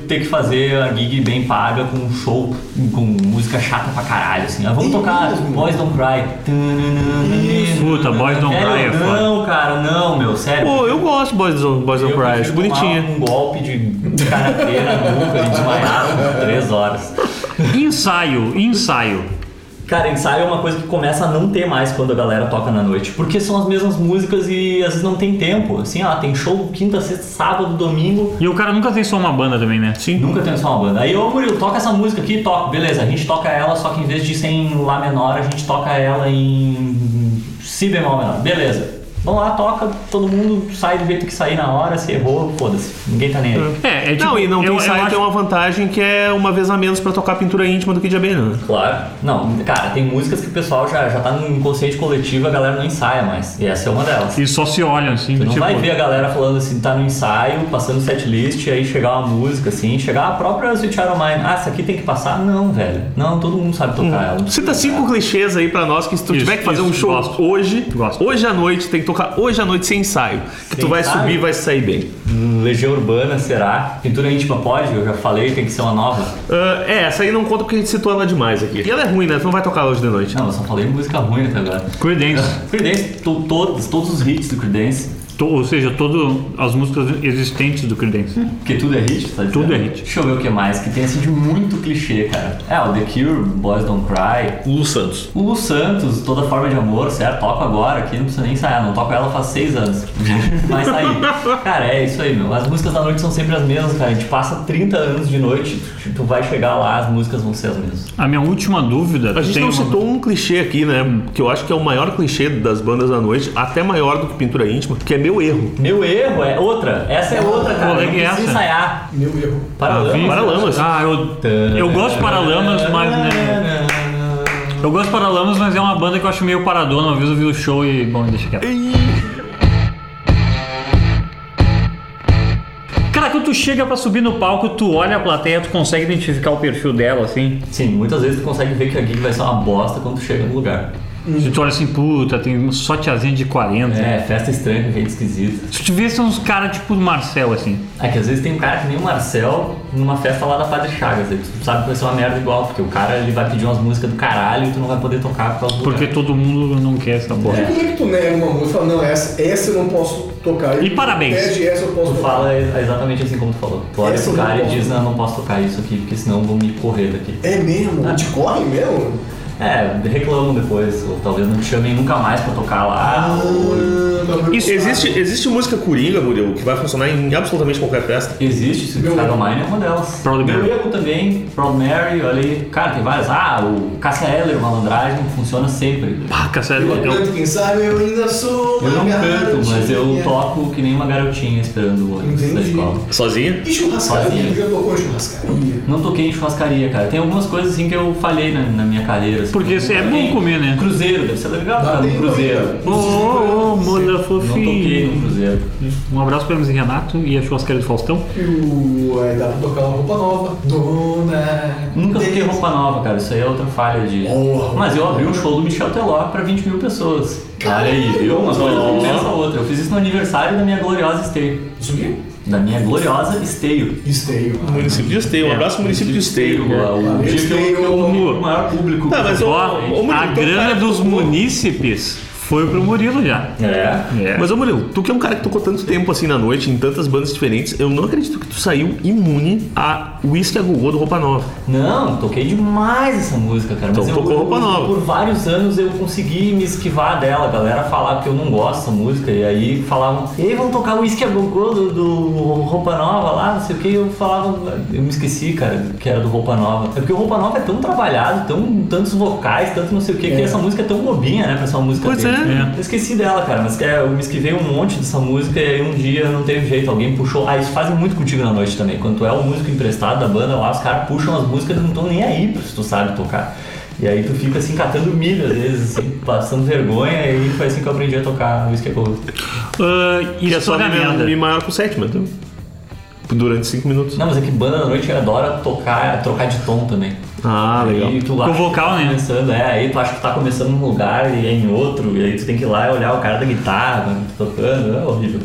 ter que fazer a gig bem paga com um show com música chata pra caralho, assim. Ah, vamos
Isso
tocar
mesmo.
Boys Don't Cry.
Puta, Boys Don't
Sério,
Cry é foda.
Não, cara, não, meu, sério.
Pô, eu gosto de Boys on, Boys on
Eu
Pride,
prefiro tomar
bonitinha.
Um golpe de karatê na nuca e desmaiar por três horas.
Ensaio, ensaio.
Cara, ensaio é uma coisa que começa a não ter mais quando a galera toca na noite. Porque são as mesmas músicas e às vezes não tem tempo. Assim, ó, tem show quinta, sexta, sábado, domingo.
E o cara nunca tem só uma banda também, né?
Sim.
Nunca tem só uma banda. Aí, ô Murilo, toca essa música aqui, toca. Beleza, a gente toca ela, só que em vez de ser em Lá menor, a gente toca ela em Si bemol menor. Beleza. Vamos lá, toca, todo mundo sai do jeito que sair na hora, se errou, foda-se. Ninguém tá nem aí.
É, é tipo,
Não, e não tem
eu- eu
ensaio,
acho-
tem uma vantagem que é uma vez a menos pra tocar pintura íntima do que de abelha, né?
Claro. Não, cara, tem músicas que o pessoal já, já tá no inconsciente coletivo, a galera não ensaia mais. E essa é uma delas.
E só se olham assim,
Tu não
tipo,
vai ver a galera falando assim, tá no ensaio, passando setlist, aí chegar uma música assim, chegar a própria Sweet Iron Mine, ah, essa aqui tem que passar? Não, velho. Não, todo mundo sabe tocar ela. Não
Cita
precisa tocar.
cinco clichês aí pra nós que se tu
Isso,
tiver que fazer
isso,
um show
gosto.
hoje,
Gosto.
hoje à noite, tem que tocar hoje à noite sem ensaio. Que
Sem
tu vai
ensaio?
subir e vai sair bem.
Legião Urbana, será? Pintura íntima pode? Eu já falei, tem que ser uma nova.
Ah, é, essa aí não conta porque a gente citou ela demais aqui. E ela é ruim, né? Tu não vai tocar hoje de noite.
Não, eu só falei música ruim até agora.
Creedence.
Creedence, to- todos, todos os hits do Creedence,
To- ou seja, todas as músicas existentes do Creedence.
porque tudo é hit, tá dizendo?
Tudo é hit.
Deixa eu ver o que mais, que tem assim de muito clichê, cara. É, o The Cure, Boys Don't Cry,
Lu Santos.
O Lu Santos, toda forma de amor, certo? Toco agora aqui, não precisa nem ensaiar, não toco ela faz seis anos. Vai sair. Cara, é isso aí, meu. As músicas da noite são sempre as mesmas, cara. A gente passa 30 anos de noite, tu vai chegar lá, as músicas vão ser as mesmas.
A minha última dúvida.
A gente
tem
não
uma-
citou um clichê aqui, né? Que eu acho que é o maior clichê das bandas da noite, até maior do que pintura íntima, que é meu erro.
Meu erro é outra. Essa é outra, cara.
Qual é
não
que é
precisa
essa?
ensaiar.
Meu erro.
Para
vi.
lama.
Paralamas.
Ah, eu, eu gosto de Paralamas, mas. Né, eu gosto de Paralamas, mas é uma banda que eu acho meio paradona. Uma vez eu vi o show e. Bom, deixa quieto. Cara, quando tu chega pra subir no palco, tu olha a plateia, tu consegue identificar o perfil dela, assim.
Sim, muitas vezes tu consegue ver que a gig vai ser uma bosta quando tu chega no lugar.
Hum.
Se tu olha assim, puta, tem só tiazinha de 40.
É, festa estranha, com gente esquisita.
Se tu tivesse uns caras tipo do Marcel, assim.
É que às vezes tem um cara que nem o Marcel numa festa lá da Padre Chagas, aí tu sabe que vai ser uma merda igual, porque o cara ele vai pedir umas músicas do caralho e tu não vai poder tocar por causa do
Porque todo mundo não quer essa
É.
bola.
Por que é que tu nega uma música e fala, não, essa, essa eu não posso tocar?
E parabéns.
Pede essa eu posso
Tu
tocar.
fala exatamente assim como tu falou. Tu olha pro
Essa eu
cara
não
e
posso.
diz, não, não posso tocar isso aqui, porque senão vão me correr daqui.
É mesmo? Te corre mesmo?
É, reclamam depois, ou talvez não te chamem nunca mais pra tocar lá. ou-
Ah,
Isso
Existe, existe música coringa, Murilo, que vai funcionar em absolutamente qualquer festa.
Existe, se
Meu
Chicago
erro.
Mine é uma delas.
Proud
Meu
Mary.
erro também, Proud Mary, olha aí. Cara, tem várias. Ah, o Cassia Eller, malandragem, funciona sempre.
Paca, sério,
Eu
eu,
canto, quem sabe eu ainda sou
Eu
uma
não canto, mas eu
garotinha.
toco que nem uma garotinha esperando o ônibus da
Entendi.
escola.
Sozinha?
E churrascaria?
Sozinho.
Já tocou em churrascaria?
Não toquei em churrascaria, cara. Tem algumas coisas assim que eu falhei na, na minha carreira. assim.
Porque é
Não toquei.
bom comer, né?
Cruzeiro, deve ser legal, cara,
Dá
um
tempo
cruzeiro.
ainda.
Ô, ô, ô, moda
Não toquei
fofinha.
no cruzeiro.
Um abraço para o Renato e a churrasqueira do Faustão.
E o... Aí dá pra tocar é uma roupa nova. Dona...
Nunca toquei
Teresa.
roupa nova, cara. Isso aí é outra falha de.
Boa.
Mas eu abri um show do Michel Teló pra 20 mil pessoas. Olha aí, viu? Uma coisa compensa a outra. Eu fiz isso isso no aniversário da minha gloriosa esteio.
Isso aqui?
Da minha gloriosa esteio.
Esteio.
Município de Esteio, um abraço pro município de Esteio.
é
cara.
o dia que eu- que eu reuni o maior público.
né? Tá, mas eu-
Ó,
Ô, Murilo,
a
então,
grana
cara,
dos
tu-
munícipes foi pro Murilo já.
É.
É.
Mas, ô Murilo, tu que é um cara que tocou tanto tempo assim na noite, em tantas bandas diferentes, eu não acredito que tu saiu imune a Whisky a Gogô do Roupa Nova.
Não, toquei demais essa música, cara.
Então
mas eu-
tocou
eu-
roupa nova.
Por vários anos eu consegui me esquivar dela. A galera falava que eu não gosto dessa música. E aí falavam, ei, vamos tocar o Whisky a Gogô do, do Roupa Nova lá, não sei o que. Eu falava, eu me esqueci, cara, que era do Roupa Nova. É porque o Roupa Nova é tão trabalhado, tão, tantos vocais, tanto não sei o que, que essa música é tão bobinha, né, pra essa música
Pois
deles.
é.
Eu esqueci dela, cara, mas é, eu me esquivei um monte dessa música e aí um dia não teve jeito, alguém puxou. Ah, isso fazem muito contigo na noite também. Quando tu é o músico emprestado da banda lá, os caras puxam as músicas e não estão nem aí pra se tu sabe tocar. E aí tu fica assim catando milho às vezes, assim, passando vergonha, e aí foi assim que eu aprendi a tocar Whisky Gold.
Ah,
Que é
isso
só
é
mi,
merda.
mi maior com sétima, então. Durante cinco minutos.
Não, mas é que banda da noite adora tocar, trocar de tom também.
Ah, legal.
Aí tu
Com
acha que
vocal,
tá
né?
Começando, é, aí tu acha que tá começando num lugar e é em outro, e aí tu tem que ir lá e olhar o cara da guitarra tocando, é horrível.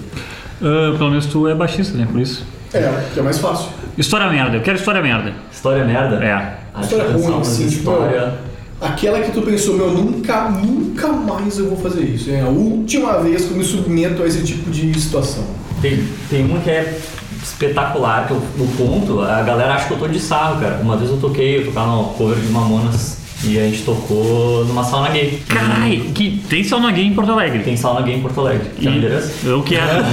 Ah, pelo menos tu é baixista, né? Por isso.
É, que é mais fácil.
História merda, eu quero história merda.
História merda?
É.
Acho
História
que pensar
ruim,
umas
assim, tipo,
história.
aquela que tu pensou, meu, nunca, nunca mais eu vou fazer isso. É a última vez que eu me submeto a esse tipo de situação.
Tem, tem uma que é espetacular, que eu, no ponto, a galera acha que eu tô de sarro, cara. Uma vez eu toquei, eu tocava no cover de Mamonas e a gente tocou numa sauna gay.
Carai, que tem São Noguinho em Porto Alegre.
Tem sauna gay em Porto Alegre. Quer
E-
o endereço?
Eu quero.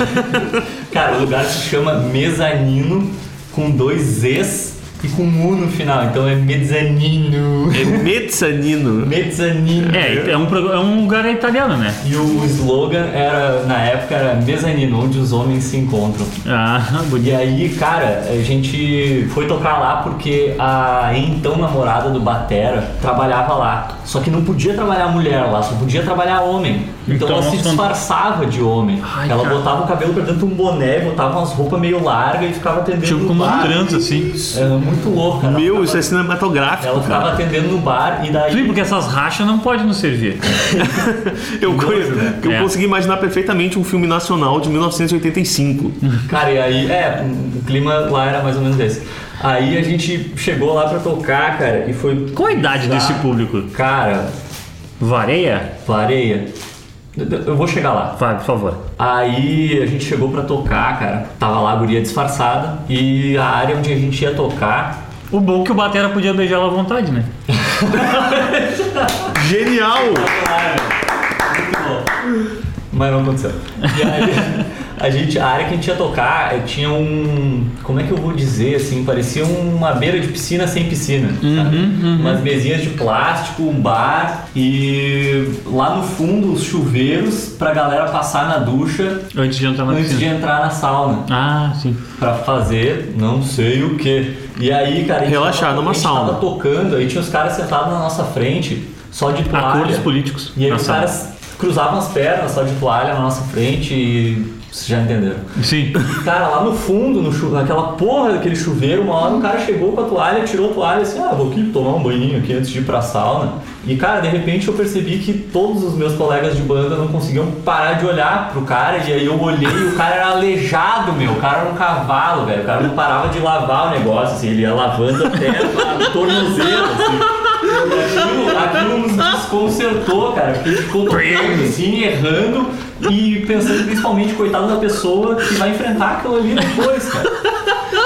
Cara, o lugar se chama Mezanino com dois Zs e com um U no final. Então é Mezzanino.
É mezzanino.
Mezzanino.
É, é um, prog- é um lugar italiano, né?
E o slogan era, na época, era Mezanino, onde os homens se encontram.
Ah,
E
bonito.
aí, cara, a gente foi tocar lá porque a então namorada do Batera trabalhava lá. Só que não podia trabalhar mulher lá, só podia trabalhar homem. Então,
Então
ela se
nós tam-
disfarçava de homem.
Ai,
ela
cara.
botava o cabelo pra dentro de um boné, botava umas roupas meio largas e ficava atendendo
Tipo
no
como um
bar.
trans, assim.
Era muito louco, cara.
Meu, isso é
Ela
cinematográfico,
ficava
cara.
atendendo no bar e daí.
Sim, porque essas rachas não podem nos servir.
Eu,
Nojo,
conheço-
né?
eu
É.
consegui imaginar perfeitamente um filme nacional de 1985.
Cara, e aí, é, o clima lá era mais ou menos esse. Aí a gente chegou lá pra tocar, cara, e foi.
Qual a idade desse público?
Cara,
Vareia?
Vareia. Eu vou chegar lá.
Vai, por favor.
Aí a gente chegou pra tocar, cara. Tava lá a guria disfarçada. E a área onde a gente ia tocar.
O bom é que o Batera podia beijar ela à vontade, né?
Genial!
Mas não aconteceu. E aí, a, gente, a área que a gente ia tocar eh, tinha um. Como é que eu vou dizer assim? Parecia uma beira de piscina sem piscina. sabe? Umas mesinhas de plástico, um bar e lá no fundo os chuveiros pra galera passar na ducha
Antes de entrar na
antes de
piscina.
entrar na sauna.
Ah, sim.
Pra fazer não sei o que. E aí, cara, a gente
Relaxar
tava-
numa
a gente
sauna.
tava tocando, aí tinha os caras sentados na nossa frente, só de toalha.
Acordos políticos.
E aí
na
os
sala.
caras cruzavam as pernas só de toalha na nossa frente e. Vocês já entenderam.
Sim.
E, Cara, lá no fundo, no chu... naquela porra daquele chuveiro, uma hora um cara chegou com a toalha, tirou a toalha assim, ah, vou aqui tomar um banhinho aqui antes de ir pra sauna. E cara, de repente eu percebi que todos os meus colegas de banda não conseguiam parar de olhar pro cara, e aí eu olhei e o cara era aleijado, meu. O cara era um cavalo, velho. O cara não parava de lavar o negócio, assim, ele ia lavando até o tornozelo, assim. Aquilo, aquilo nos um desconcertou, cara. Porque a gente ficou tocando assim, errando e pensando principalmente, coitado da pessoa que vai enfrentar aquilo ali depois, cara.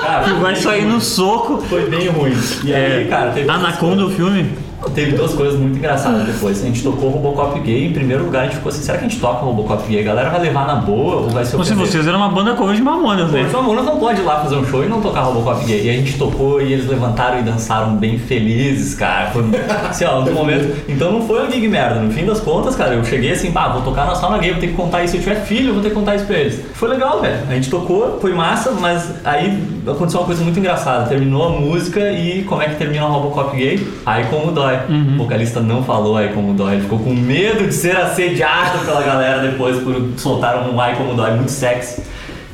Cara,
Tu
foi
vai
bem
sair
ruim.
no É, soco.
Foi bem ruim. E aí, cara, teve. duas
Anaconda o filme.
coisas- Teve duas coisas muito engraçadas depois. A gente tocou Robocop Gay. Em primeiro lugar, a gente ficou assim: será que a gente toca Robocop Gay? A galera vai levar na boa ou vai ser é
Como se vocês eram uma banda cover de mamonas, né?
Pô, O Mamonas não pode ir lá fazer um show e não tocar Robocop Gay. E a gente tocou e eles levantaram e dançaram bem felizes, cara. Foi assim, ó, no momento. Então não foi um gig merda. No fim das contas, cara, eu cheguei assim, bah, vou tocar na sauna gay, vou ter que contar isso. Se eu tiver filho, eu vou ter que contar isso pra eles. Foi legal, velho. A gente tocou, foi massa, mas aí aconteceu uma coisa muito engraçada. Terminou a música e como é que termina o Robocop Gay? Aí como dói. O vocalista não falou aí como dói. Ele ficou com medo de ser assediado pela galera depois por soltar um ai como dói muito sexy.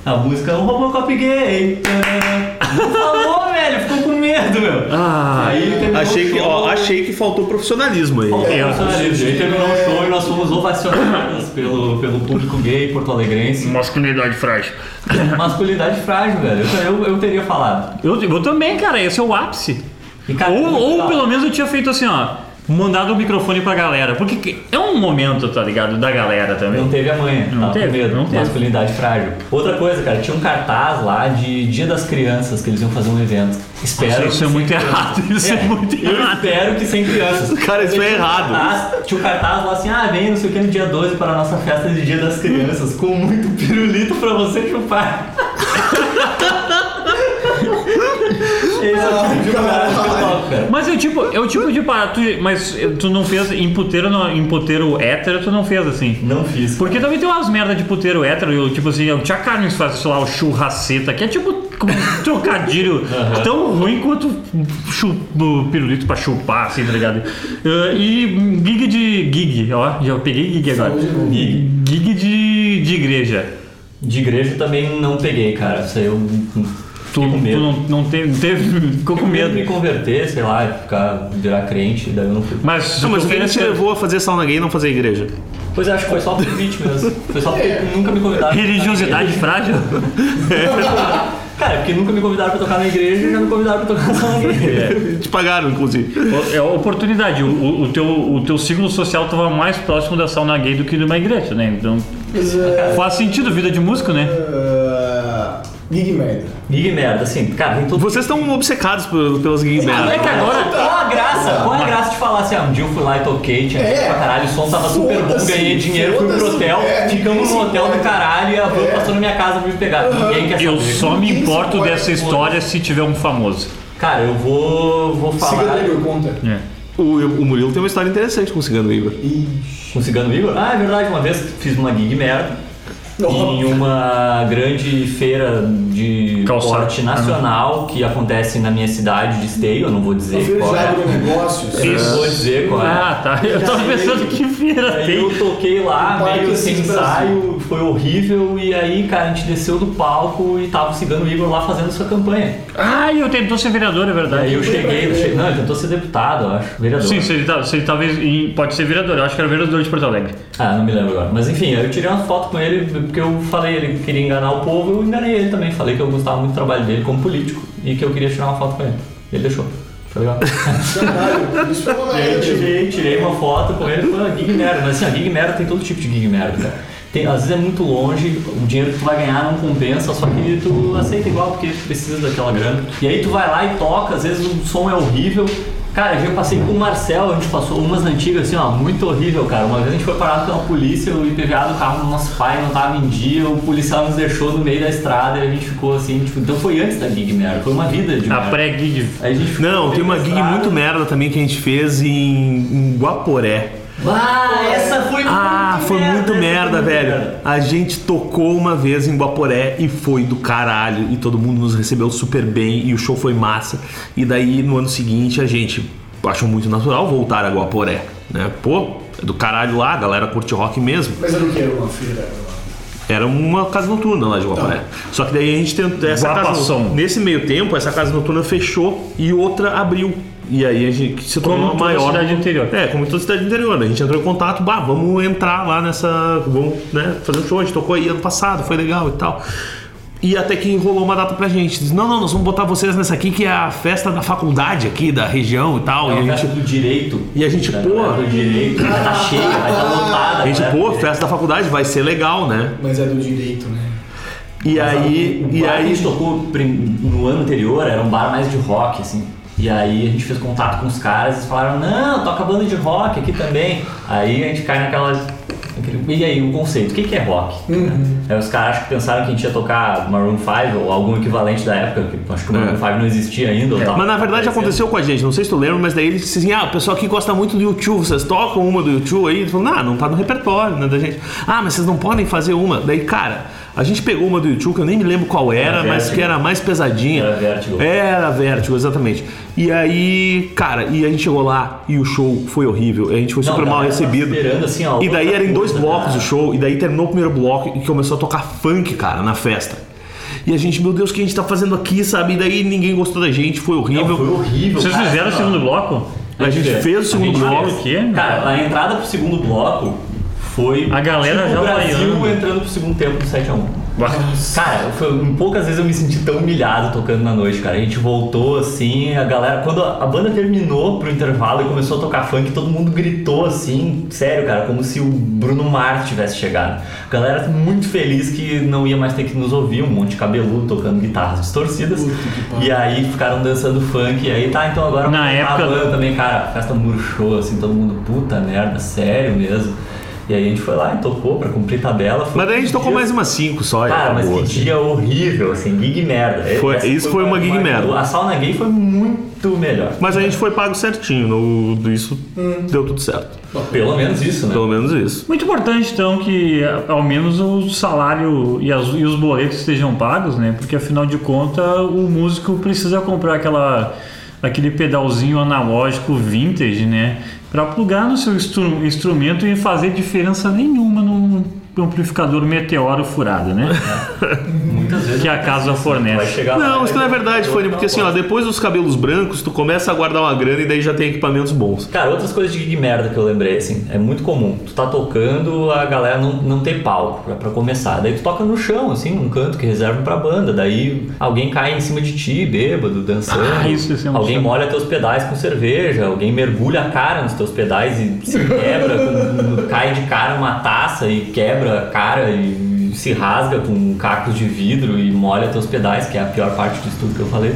A música é um Robocop gay. Não falou, velho. Ficou com medo, meu.
Ah,
aí terminou
Achei
o
que,
show,
ó, achei que faltou profissionalismo aí.
Faltou
É,
profissionalismo. Aí terminou o show e nós fomos ovacionados pelo, pelo público gay porto-alegrense.
Masculinidade frágil.
Masculinidade frágil, velho. Eu, eu teria falado.
Eu, eu também, cara, esse é o ápice.
E, cara,
Ou, ou
tá-
Um, pelo menos eu tinha feito assim, ó. Mandado o microfone pra galera. Porque que- é um momento, tá ligado? Da galera também.
Não teve amanhã,
Não
tava
teve,
com medo,
não teve.
masculinidade frágil. Outra coisa, cara, tinha um cartaz lá de Dia das Crianças que eles iam fazer um evento. Espero.
Nossa, isso
que
é
sem
muito
crianças.
errado, isso é muito
Eu
errado.
espero que sem crianças.
Cara, isso
Tinha
é
um
errado.
cartaz- tinha um cartaz lá assim, ah, vem não sei o que no dia 12 para a nossa festa de Dia das Crianças, com muito pirulito pra você chupar. Esse é o tipo de parada que eu toco, cara.
Mas eu tipo, eu tipo de parada, tu, mas tu não fez em puteiro, não, em puteiro hétero, tu não fez assim.
Não fiz.
Porque também tem umas merda de puteiro hétero, eu, tipo assim, o Tia Carnes faz, sei lá, o churraceta, que é tipo um trocadilho tão ruim quanto chu- o pirulito pra chupar, assim, tá ligado? Eh, e gig de gig, ó, já peguei gig agora.
Falou de novo.
Gig, gig de, de igreja.
De igreja também não peguei, cara. Isso aí eu
Tu,
fiquei com
tu
medo.
Tipo, não, não teve, teve, ficou com
medo de me
medo.
converter, sei lá, e ficar, virar crente, daí eu não fui.
Mas,
Não, mas o que te
ofereceram-
levou a fazer sauna gay e não fazer igreja?
Pois é, acho que foi só convite mesmo. Foi só porque nunca me convidaram. pra
religiosidade
tocar
frágil?
na igreja. Cara, é porque nunca me convidaram pra tocar na igreja e já me convidaram pra tocar na igreja.
Te pagaram, inclusive.
É a oportunidade. O, o- o teu, o teu ciclo social estava mais próximo da sauna gay do que de uma igreja, né? Então
Mas é.
faz sentido, vida de músico, né?
é, Gig média.
Liga e merda, assim, cara, tem todo.
Vocês estão obcecados por- pelas gays
Ah, é
merda.
que agora, qual a graça? Qual é a graça de falar assim, ah, um dia eu fui lá e toquei, tinha
É.
gente pra caralho, o som tava super bom,
Foda-se,
ganhei dinheiro, fui pro
foda-se,
hotel,
é,
ficamos no
ninguém se
hotel do
importa.
caralho e a van
É.
passou na minha casa pra me pegar. Ninguém quer saber.
Eu só me
Ninguém se
importo
pode
dessa
expor.
história se tiver um famoso.
Cara, eu vou, vou
Siga
falar.
o Igor, conta.
É.
O, o Murilo tem uma história interessante com o Cigano Igor.
Ixi.
Com o Cigano Igor? Ah, é verdade, uma vez fiz uma gig merda em uma grande feira de
Calçado.
porte nacional que acontece na minha cidade de Esteio, eu não vou dizer
Feira
qual
de
é.
agro negócios.
Eu não vou dizer qual é.
Ah, tá. Eu tava pensando que feira
Aí
tem.
eu toquei lá,
Um parque
meio
assim
sem
de Brasil.
ensaio, foi horrível, e aí, cara, a gente desceu do palco e tava o Cigano Igor lá fazendo sua campanha.
Ah, eu tentou ser vereador, é
Aí
verdade.
eu cheguei, eu cheguei. Não, ele tentou ser deputado, eu acho. Vereador.
Sim, se ele, tá, se ele talvez. em- Pode ser vereador, eu acho que era vereador de Porto Alegre.
Ah, não me lembro agora. Mas enfim, eu tirei uma foto com ele porque eu falei, ele queria enganar o povo, eu enganei ele também. Falei que eu gostava muito do trabalho dele como político e que eu queria tirar uma foto com ele. Ele deixou. Foi legal.
Caralho, isso foi uma
Aí eu
merda.
tirei, tirei uma foto com ele, foi uma gig merda. Mas assim, a gig merda tem todo tipo de gig merda, cara. Tem, às vezes é muito longe, o dinheiro que tu vai ganhar não compensa, só que tu aceita igual porque tu precisa daquela grana. E aí tu vai lá e toca, às vezes o som é horrível. Cara, eu já passei com o Marcel, a gente passou umas antigas assim, ó, muito horrível, cara. Uma vez a gente foi parado pela polícia, o IPVA do carro do nosso pai não tava em dia, o policial nos deixou no meio da estrada e a gente ficou assim, tipo, então foi antes da gig merda, foi uma vida de
É.
A
merda.
pré-gig.
Aí a gente ficou no
Não,
meio
tem uma
da
gig
estrada.
muito merda também que a gente fez em, em Guaporé.
Ah, essa foi
Ah,
muito
foi
merda, né?
muito
essa
merda,
foi muito
velho.
merda.
A gente tocou uma vez em Guaporé e foi do caralho. E todo mundo nos recebeu super bem e o show foi massa. E daí no ano seguinte a gente achou muito natural voltar a Guaporé, né? Pô, é do caralho lá, a galera curte rock mesmo.
Mas eu não quero uma feira.
Era uma casa noturna lá de Guaporé.
Ah.
Só que daí a gente tentou. Essa casa,
Guapação.
noturna- nesse meio tempo, essa casa noturna fechou e outra abriu. E aí a gente se
Como
tornou a
toda
maior.
cidade interior.
É, como toda cidade interior. né? A gente entrou em contato, bah, vamos entrar lá nessa. Vamos né, fazer um show, a gente tocou aí ano passado, foi legal e tal. E até que enrolou uma data pra gente. Diz, não, não, nós vamos botar vocês nessa aqui que é a festa da faculdade aqui, da região e tal.
É
e
uma
a
festa
gente.
do direito.
E a gente,
Da
pô.
galera Do direito, vai tá cheia, vai tá lotada.
A gente,
né?
pô, festa da faculdade, vai ser legal, né?
Mas é do direito, né?
E
Mas
aí.
o
E
bar que a
aí.
gente tocou prim- no ano anterior era um bar mais de rock, assim. E aí a gente fez contato com os caras, eles falaram, não, toca banda de rock aqui também. Aí a gente cai naquela. naquele- E aí, o conceito, o que, que é rock? Aí os caras acho que pensaram que a gente ia tocar Maroon 5 ou algum equivalente da época, que acho que o Maroon
É.
5 não é. existia ainda. ou tava
Mas na verdade
aparecendo.
aconteceu com a gente, não sei se tu lembra, mas daí eles disseram assim: ah, o pessoal aqui gosta muito do YouTube, vocês tocam uma do YouTube aí? Eles falaram, ah, não tá no repertório, né, da gente. Ah, mas vocês não podem fazer uma. Daí, cara, a gente pegou uma do YouTube, que eu nem me lembro qual
Era
era, mas
Vertigo.
que era a mais pesadinha.
Era Vertigo.
Era Vertigo, exatamente. E aí, cara, e a gente chegou lá e o show foi horrível, a gente foi
Não,
super
a
mal
galera tava
recebido.
esperando, assim, ó,
e daí
outra
era em dois
coisa,
blocos
cara.
o show, e daí terminou o primeiro bloco e começou a tocar funk, cara, na festa. E a gente, meu Deus, o que a gente tá fazendo aqui, sabe? E daí ninguém gostou da gente, foi horrível.
Não, foi horrível.
Vocês
cara,
fizeram assim, o
Ah, não.
segundo bloco? é.
A gente fez o
A
segundo
gente
bloco.
fez. o quê?
Cara, a entrada pro segundo bloco foi
A galera
tipo,
já
o Brasil
vaiando.
entrando pro segundo tempo do 7x1. Cara, foi, em poucas vezes eu me senti tão humilhado tocando na noite, cara. A gente voltou assim, a galera. Quando a a banda terminou pro intervalo e começou a tocar funk, todo mundo gritou assim, sério, cara, como se o Bruno Mars tivesse chegado. A galera muito feliz que não ia mais ter que nos ouvir, um monte de cabeludo tocando guitarras distorcidas.
Puta que pariu.
E aí ficaram dançando funk, e aí tá, então agora
Na
vamos voltar a
época-
banda também, cara, a festa murchou, assim, todo mundo, puta merda, sério mesmo. E aí a gente foi lá e tocou pra cumprir tabela. foi
Mas daí a gente
um
tocou
dia-
mais umas 5 só. e
Cara, mas que
acabou, assim.
dia horrível, assim, gig merda.
Foi-
Essa
isso foi uma gig merda.
A sauna gay foi muito melhor.
Mas a gente foi pago certinho, no, isso
Hum.
deu tudo certo.
Pelo menos isso, né?
Pelo menos isso.
Muito importante, então, que a- ao menos o salário e, as- e os boletos estejam pagos, né? Porque, afinal de contas, o músico precisa comprar aquela, aquele pedalzinho analógico vintage, né? Para plugar no seu instru- instrumento e fazer diferença nenhuma num amplificador meteoro furado, né?
Muitas vezes. né?
que a casa
Vai
fornece.
chegar lá,
Não, isso
vai-
não é verdade, Fanny, porque assim, ó, depois dos cabelos brancos, tu começa a guardar uma grana e daí já tem equipamentos bons.
Cara, outras coisas de gig merda que eu lembrei, assim, é muito comum. Tu tá tocando, a galera não, não tem palco pra, pra começar. Daí tu toca no chão, assim, num canto que reserva pra banda. Daí alguém cai em cima de ti, bêbado, dançando.
Ah, isso, isso é um
alguém
chão.
molha teus pedais com cerveja, alguém mergulha a cara nos teus pedais e se quebra, com- cai de cara uma taça e quebra a cara e se rasga com um caco de vidro e molha teus pedais, que é a pior parte disso tudo que eu falei.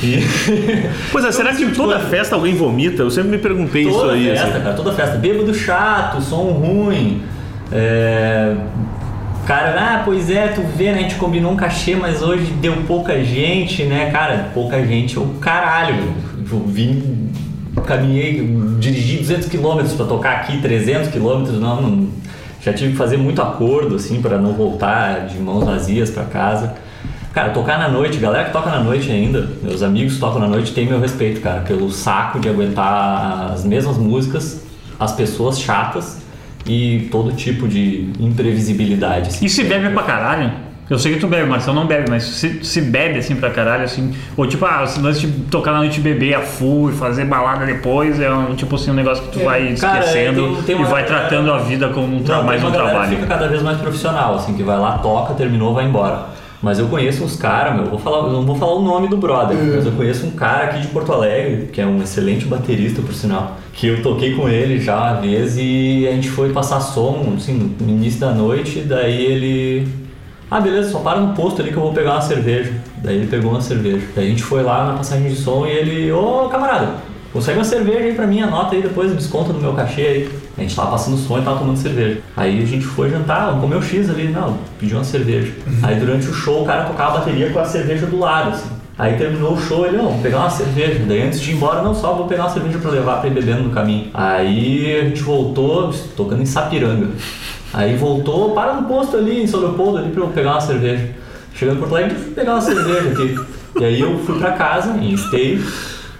E.
Pois é, será que em toda festa alguém vomita? Eu sempre me perguntei isso
tipo, Toda
aí.
festa,
assim.
cara, toda festa. Bêbado chato, som ruim. É... Cara, ah, pois é, tu vê, né? A gente combinou um cachê, mas hoje deu pouca gente, né? Cara, pouca gente é o caralho. Eu vim, caminhei, dirigi 200 quilômetros pra tocar aqui, 300 quilômetros, não, não- Já tive que fazer muito acordo, assim, pra não voltar de mãos vazias pra casa. Cara, tocar na noite, galera que toca na noite ainda, meus amigos que tocam na noite, tem meu respeito, cara, pelo saco de aguentar as mesmas músicas, as pessoas chatas e todo tipo de imprevisibilidade. assim.
E se bebe pra caralho? Eu sei que tu bebe, Marcelo não bebe, mas se, se bebe assim pra caralho, assim. Ou tipo, ah, esse lance de tocar na noite e beber a full e fazer balada depois é um tipo assim, um negócio que tu
É.
vai
Cara,
esquecendo
é, tem- tem
e
uma-
vai tratando a vida como um tra-
Não,
mais
tem
um
uma galera que
trabalho.
Fica cada vez mais profissional, assim, que vai lá, toca, terminou, vai embora. Mas eu conheço uns caras, meu, eu vou falar, eu não vou falar o nome do brother, mas eu conheço um cara aqui de Porto Alegre, que é um excelente baterista, por sinal, que eu toquei com ele já uma vez e a gente foi passar som, assim, no início da noite, daí ele ah, beleza, só para no posto ali que eu vou pegar uma cerveja. Daí ele pegou uma cerveja. Daí a gente foi lá na passagem de som e ele, ô camarada, consegue uma cerveja aí pra mim, anota aí depois, desconta no meu cachê aí. A gente tava passando som e tava tomando cerveja. Aí a gente foi jantar, comeu X ali, não, pediu uma cerveja. Aí durante o show o cara tocava a bateria com a cerveja do lado, assim. Aí terminou o show, ele, não, vou pegar uma cerveja. Daí antes de ir embora, não, só vou pegar uma cerveja pra levar pra ir bebendo no caminho. Aí a gente voltou, tocando em Sapiranga. Aí voltou, para no posto ali, em São Leopoldo, ali pra eu pegar uma cerveja. Chegando em Porto Alegre, fui pegar uma cerveja aqui. E aí eu fui pra casa, em esteio.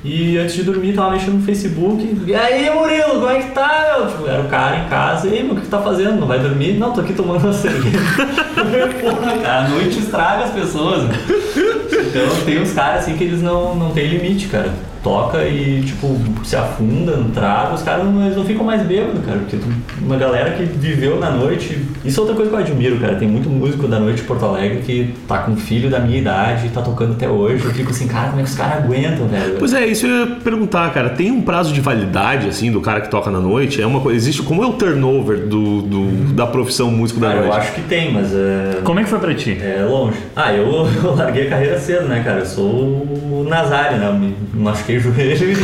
E antes de dormir, tava mexendo no Facebook. E aí, Murilo, como é que tá? meu? Tipo, era o cara em casa. E aí, meu, o que que tá fazendo? Não vai dormir? Não, tô aqui tomando uma cerveja. Porra, cara, a noite estraga as pessoas. né? Então tem uns caras assim que eles não, não tem limite, cara. Toca e, tipo, se afunda no trago, os caras não, eles não ficam mais bêbados, cara. Porque tu- uma galera que viveu na noite. Isso é outra coisa que eu admiro, cara. Tem muito músico da noite de Porto Alegre que tá com um filho da minha idade, tá tocando até hoje. Eu fico assim, cara, como é que os caras aguentam, velho?
Pois é, isso eu ia perguntar, cara. Tem um prazo de validade, assim, do cara que toca na noite? É uma coisa. Existe. Como é o turnover do, do- da profissão músico da
Cara, eu
noite?
acho que tem, mas é.
Como é que foi pra ti?
É longe. Ah, eu, eu larguei a carreira cedo, né, cara? Eu sou o Nazário, né? Eu Me machuquei o joelho e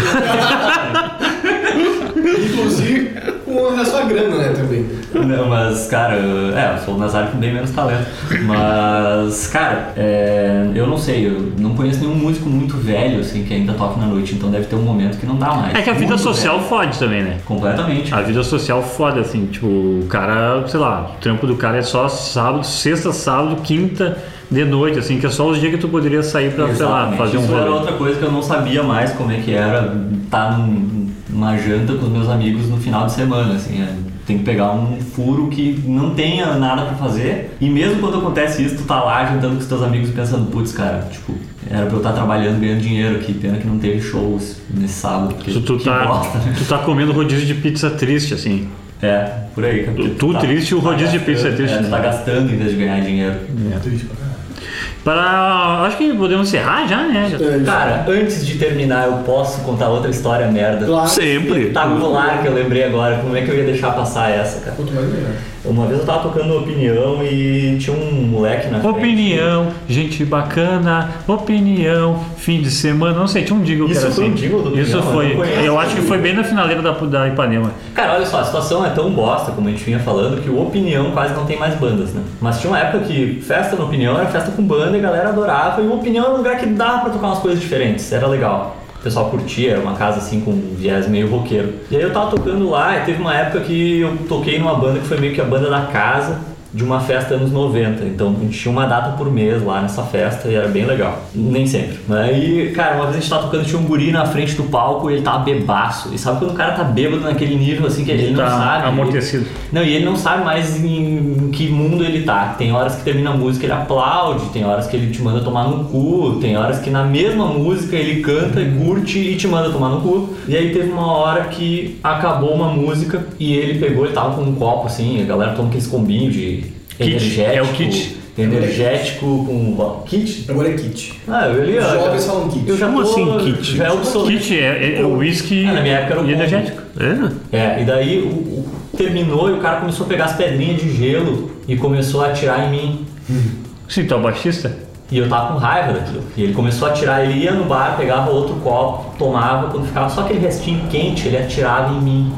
Inclusive com relação à grana, né, também.
Não, mas, cara, eu- é, eu sou o Nazário com bem menos talento. Mas, cara, é, eu não sei, eu não conheço nenhum músico muito velho, assim, que ainda toca na noite, então deve ter um momento que não dá mais.
É que a vida
Muito
social
velho.
fode também, né?
Completamente.
A vida social foda, assim, tipo, o cara, sei lá, o trampo do cara é só sábado, sexta, sábado, quinta de noite, assim, que é só os dias que tu poderia sair pra, sei lá,
Exatamente.
fazer um
Isso era
rolê.
outra coisa que eu não sabia mais como é que era estar num- numa janta com os meus amigos no final de semana, assim, é, tem que pegar um furo que não tenha nada pra fazer. E mesmo quando acontece isso, tu tá lá jantando com os teus amigos e pensando, putz, cara, tipo, era pra eu estar trabalhando, ganhando dinheiro aqui, pena que não teve shows nesse sábado, porque
Tu, tu
que
tá,
bosta, né?
tu tá comendo rodízio de pizza triste, assim.
É, por aí. cara. tá
Tu triste, o rodízio de pizza é
gastando,
triste,
tu
né?
tá gastando em vez de ganhar dinheiro.
Triste pra caralho.
Para. Acho que podemos encerrar já, né? Já-
É, isso.
Cara, antes de terminar, eu posso contar outra história merda.
Claro.
Sempre.
tá Espetacular que eu lembrei agora. Como é que eu ia deixar passar essa, cara?
Quanto mais melhor.
Uma vez eu tava tocando opinião e tinha um moleque na frente.
Opinião, gente bacana, opinião, fim de semana, não sei, tinha um Digo que
Isso
era
foi
assim.
um jingle do
Isso
Opinião, eu
foi.
não
Eu,
conheço.
acho que foi bem na finaleira da, da Ipanema.
Cara, olha só, a situação é tão bosta, como a gente vinha falando, que o Opinião quase não tem mais bandas, né? Mas tinha uma época que festa no Opinião era festa com banda e a galera adorava, e o Opinião era um lugar que dava pra tocar umas coisas diferentes, era legal. O pessoal curtia, era uma casa assim com um viés meio roqueiro. E aí eu tava tocando lá e teve uma época que eu toquei numa banda que foi meio que a banda da casa, de uma festa anos 90. Então a gente tinha uma data por mês lá nessa festa e era bem legal. Nem sempre. Aí, cara, uma vez a gente tava tocando, tinha um guri na frente do palco e ele tava bebaço. E sabe quando o cara tá bêbado naquele nível assim que ele,
Ele
não
tá
sabe?
amortecido.
Ele- não, e ele não sabe mais em, em que mundo ele tá. Tem horas que termina a música ele aplaude, tem horas que ele te manda tomar no cu, tem horas que na mesma música ele canta e curte e te manda tomar no cu. E aí teve uma hora que acabou uma música e ele pegou, ele tava com um copo assim, a galera toma aqueles combinho de
Kit,
energético.
é o kit.
Energético com. ó, Kit?
Agora é kit.
Ah, eu li, ó,
Os
já-
jovens falam kit.
Eu já
Como
tô-
assim, kit?
Já é obsoleto.
Kit é, é, é o whisky
Ah, na minha época era o
e
combo.
energético.
É?
É, e daí o- o- terminou e o cara começou a pegar as pedrinhas de gelo e começou a atirar em mim.
Sim, tu é o baixista?
E eu tava com raiva daquilo. E ele começou a atirar, ele ia no bar, pegava outro copo, tomava, quando ficava só aquele restinho quente, ele atirava em mim.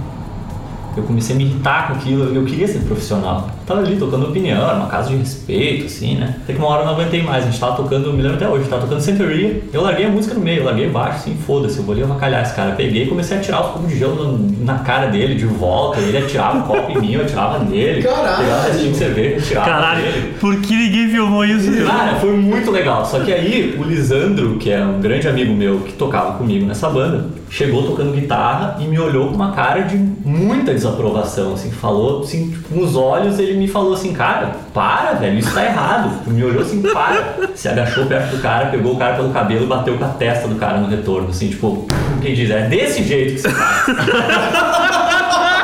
Eu comecei a me irritar com aquilo, eu queria ser profissional. Tava ali tocando opinião, era uma casa de respeito, assim, né? Até que uma hora eu não aguentei mais, a gente tava tocando, me lembro até hoje, tava tocando Santeria. Eu larguei a música no meio, eu larguei baixo, assim, foda-se, eu vou ali avacalhar esse cara. Peguei e comecei a tirar os copos de gelo na, na cara dele, de volta, ele atirava o copo em mim, eu atirava nele.
Caralho!
Pegava restinho de cerveja, eu atirava nele.
Caralho, por que ninguém filmou isso?
Cara, foi muito legal. Só que aí o Lisandro, que é um grande amigo meu que tocava comigo nessa banda, chegou tocando guitarra e me olhou com uma cara de muita desaprovação, assim, falou assim, tipo, com os olhos, ele me falou assim, cara, para, velho, isso tá errado. Me olhou assim, para. Se agachou perto do cara, pegou o cara pelo cabelo e bateu com a testa do cara no retorno, assim, tipo, quem diz, é desse jeito que você faz.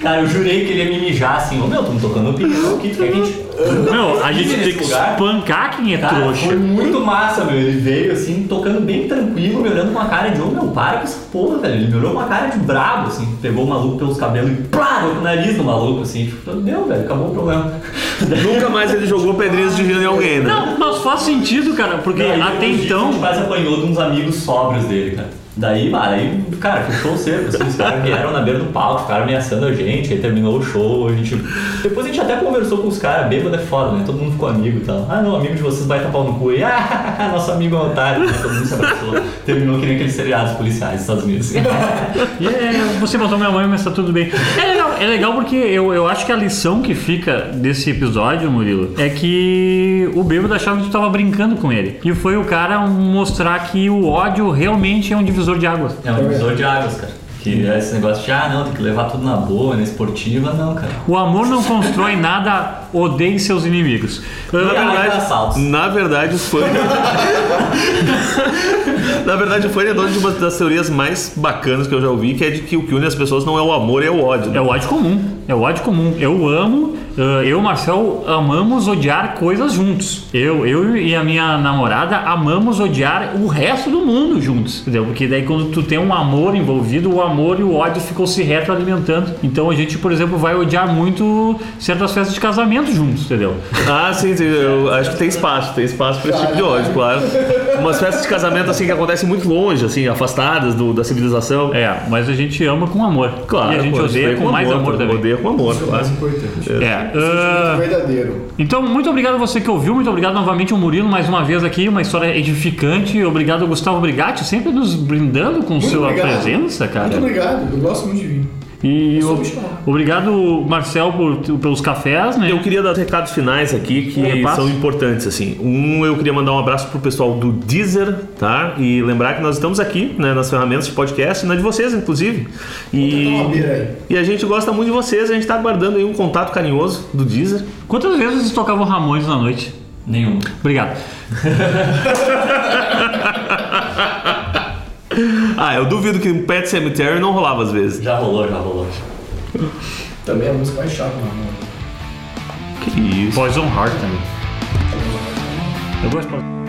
Cara, eu jurei que ele ia me mijar assim, ô meu, tô me tocando opinião aqui, tu quer que a gente
Não, a gente
Nesse
tem que
lugar?
espancar quem é
Cara, tá. foi um
trouxa.
muito massa, meu. Ele veio assim, tocando bem tranquilo, me olhando com uma cara de, ô meu, para com essa porra, velho. Ele me olhou com uma cara de brabo, assim, pegou o maluco pelos cabelos e plá, deu com o nariz do maluco, assim. Tipo, meu Deus, velho, acabou o problema.
Nunca mais ele jogou pedrinhas de gelo em alguém, né?
Não, mas faz sentido, cara, porque
Daí,
até
depois disso,
então.
A gente quase apanhou de uns amigos sóbrios dele, cara. Daí, cara, aí, cara, fechou o cerco, assim, os caras vieram na beira do palco, ficaram ameaçando a gente, aí terminou o show, a gente... Depois a gente até conversou com os caras, bêbado é foda, né? Todo mundo ficou amigo e tal. Ah, não, amigo de vocês vai tapar no cu. E, ah, nosso amigo é um otário, né? todo mundo se abraçou. Terminou que nem aqueles seriados policiais dos Estados Unidos.
É, você matou minha mãe, mas tá tudo bem. É legal, é legal porque eu, eu acho que a lição que fica desse episódio, Murilo, é que o bêbado achava que tu tava brincando com ele. E foi o cara mostrar que o ódio realmente é um divisor de águas.
É um divisor de águas, cara. Que é esse negócio de, ah, não, tem que levar tudo na boa, na esportiva, não, cara.
O amor não constrói nada, odeie seus inimigos.
Na
verdade-
assaltos.
Na verdade, o Fanny. Na verdade, o Fanny é dono de uma das teorias mais bacanas que eu já ouvi, que é de que o que une as pessoas não é o amor, é o ódio.
É
Né?
o ódio comum. É o ódio comum. Eu amo, ah, eu e o Marcel amamos odiar coisas juntos. Eu, eu e a minha namorada amamos odiar o resto do mundo juntos. Entendeu? Porque daí quando tu tem um amor envolvido, o amor e o ódio ficam se retroalimentando. Então a gente, por exemplo, vai odiar muito certas festas de casamento juntos, entendeu?
Ah, sim, sim, eu acho que tem espaço, tem espaço pra esse tipo de ódio, claro. Umas festas de casamento assim que acontecem muito longe, assim, afastadas do- da civilização.
É, mas a gente ama com amor.
Claro,
E a gente
pô,
odeia
isso
com,
daí
mais amor, também.
Odeia com amor,
Isso é o mais
claro.
importante.
É. ah,
Verdadeiro.
Então, muito obrigado a você que ouviu, muito obrigado novamente ao Murilo, mais uma vez aqui, uma história edificante. Obrigado ao Gustavo Brigatti, sempre nos brindando com
Muito
sua
obrigado.
presença,
Muito
cara.
obrigado, eu gosto muito de vir.
E
Eu sou
o-
muito chamado.
obrigado, Marcel, por- pelos cafés, né?
Eu queria dar recados finais aqui que
Repasse.
são importantes, assim. Um, eu queria mandar um abraço pro pessoal do Deezer, tá? E lembrar que nós estamos aqui, né, nas ferramentas de podcast, na de vocês, inclusive.
Vou
E,
tentar uma beira aí.
e a gente gosta muito de vocês, a gente tá aguardando aí um contato carinhoso do Deezer.
Quantas vezes vocês tocavam Ramones na noite?
Nenhum.
Obrigado.
Ah, eu duvido que um Pet Cemetery não rolava às vezes.
Já rolou, já rolou.
Também é a música mais chata, mano.
Que isso.
Poison Heart também. Eu gosto de Poison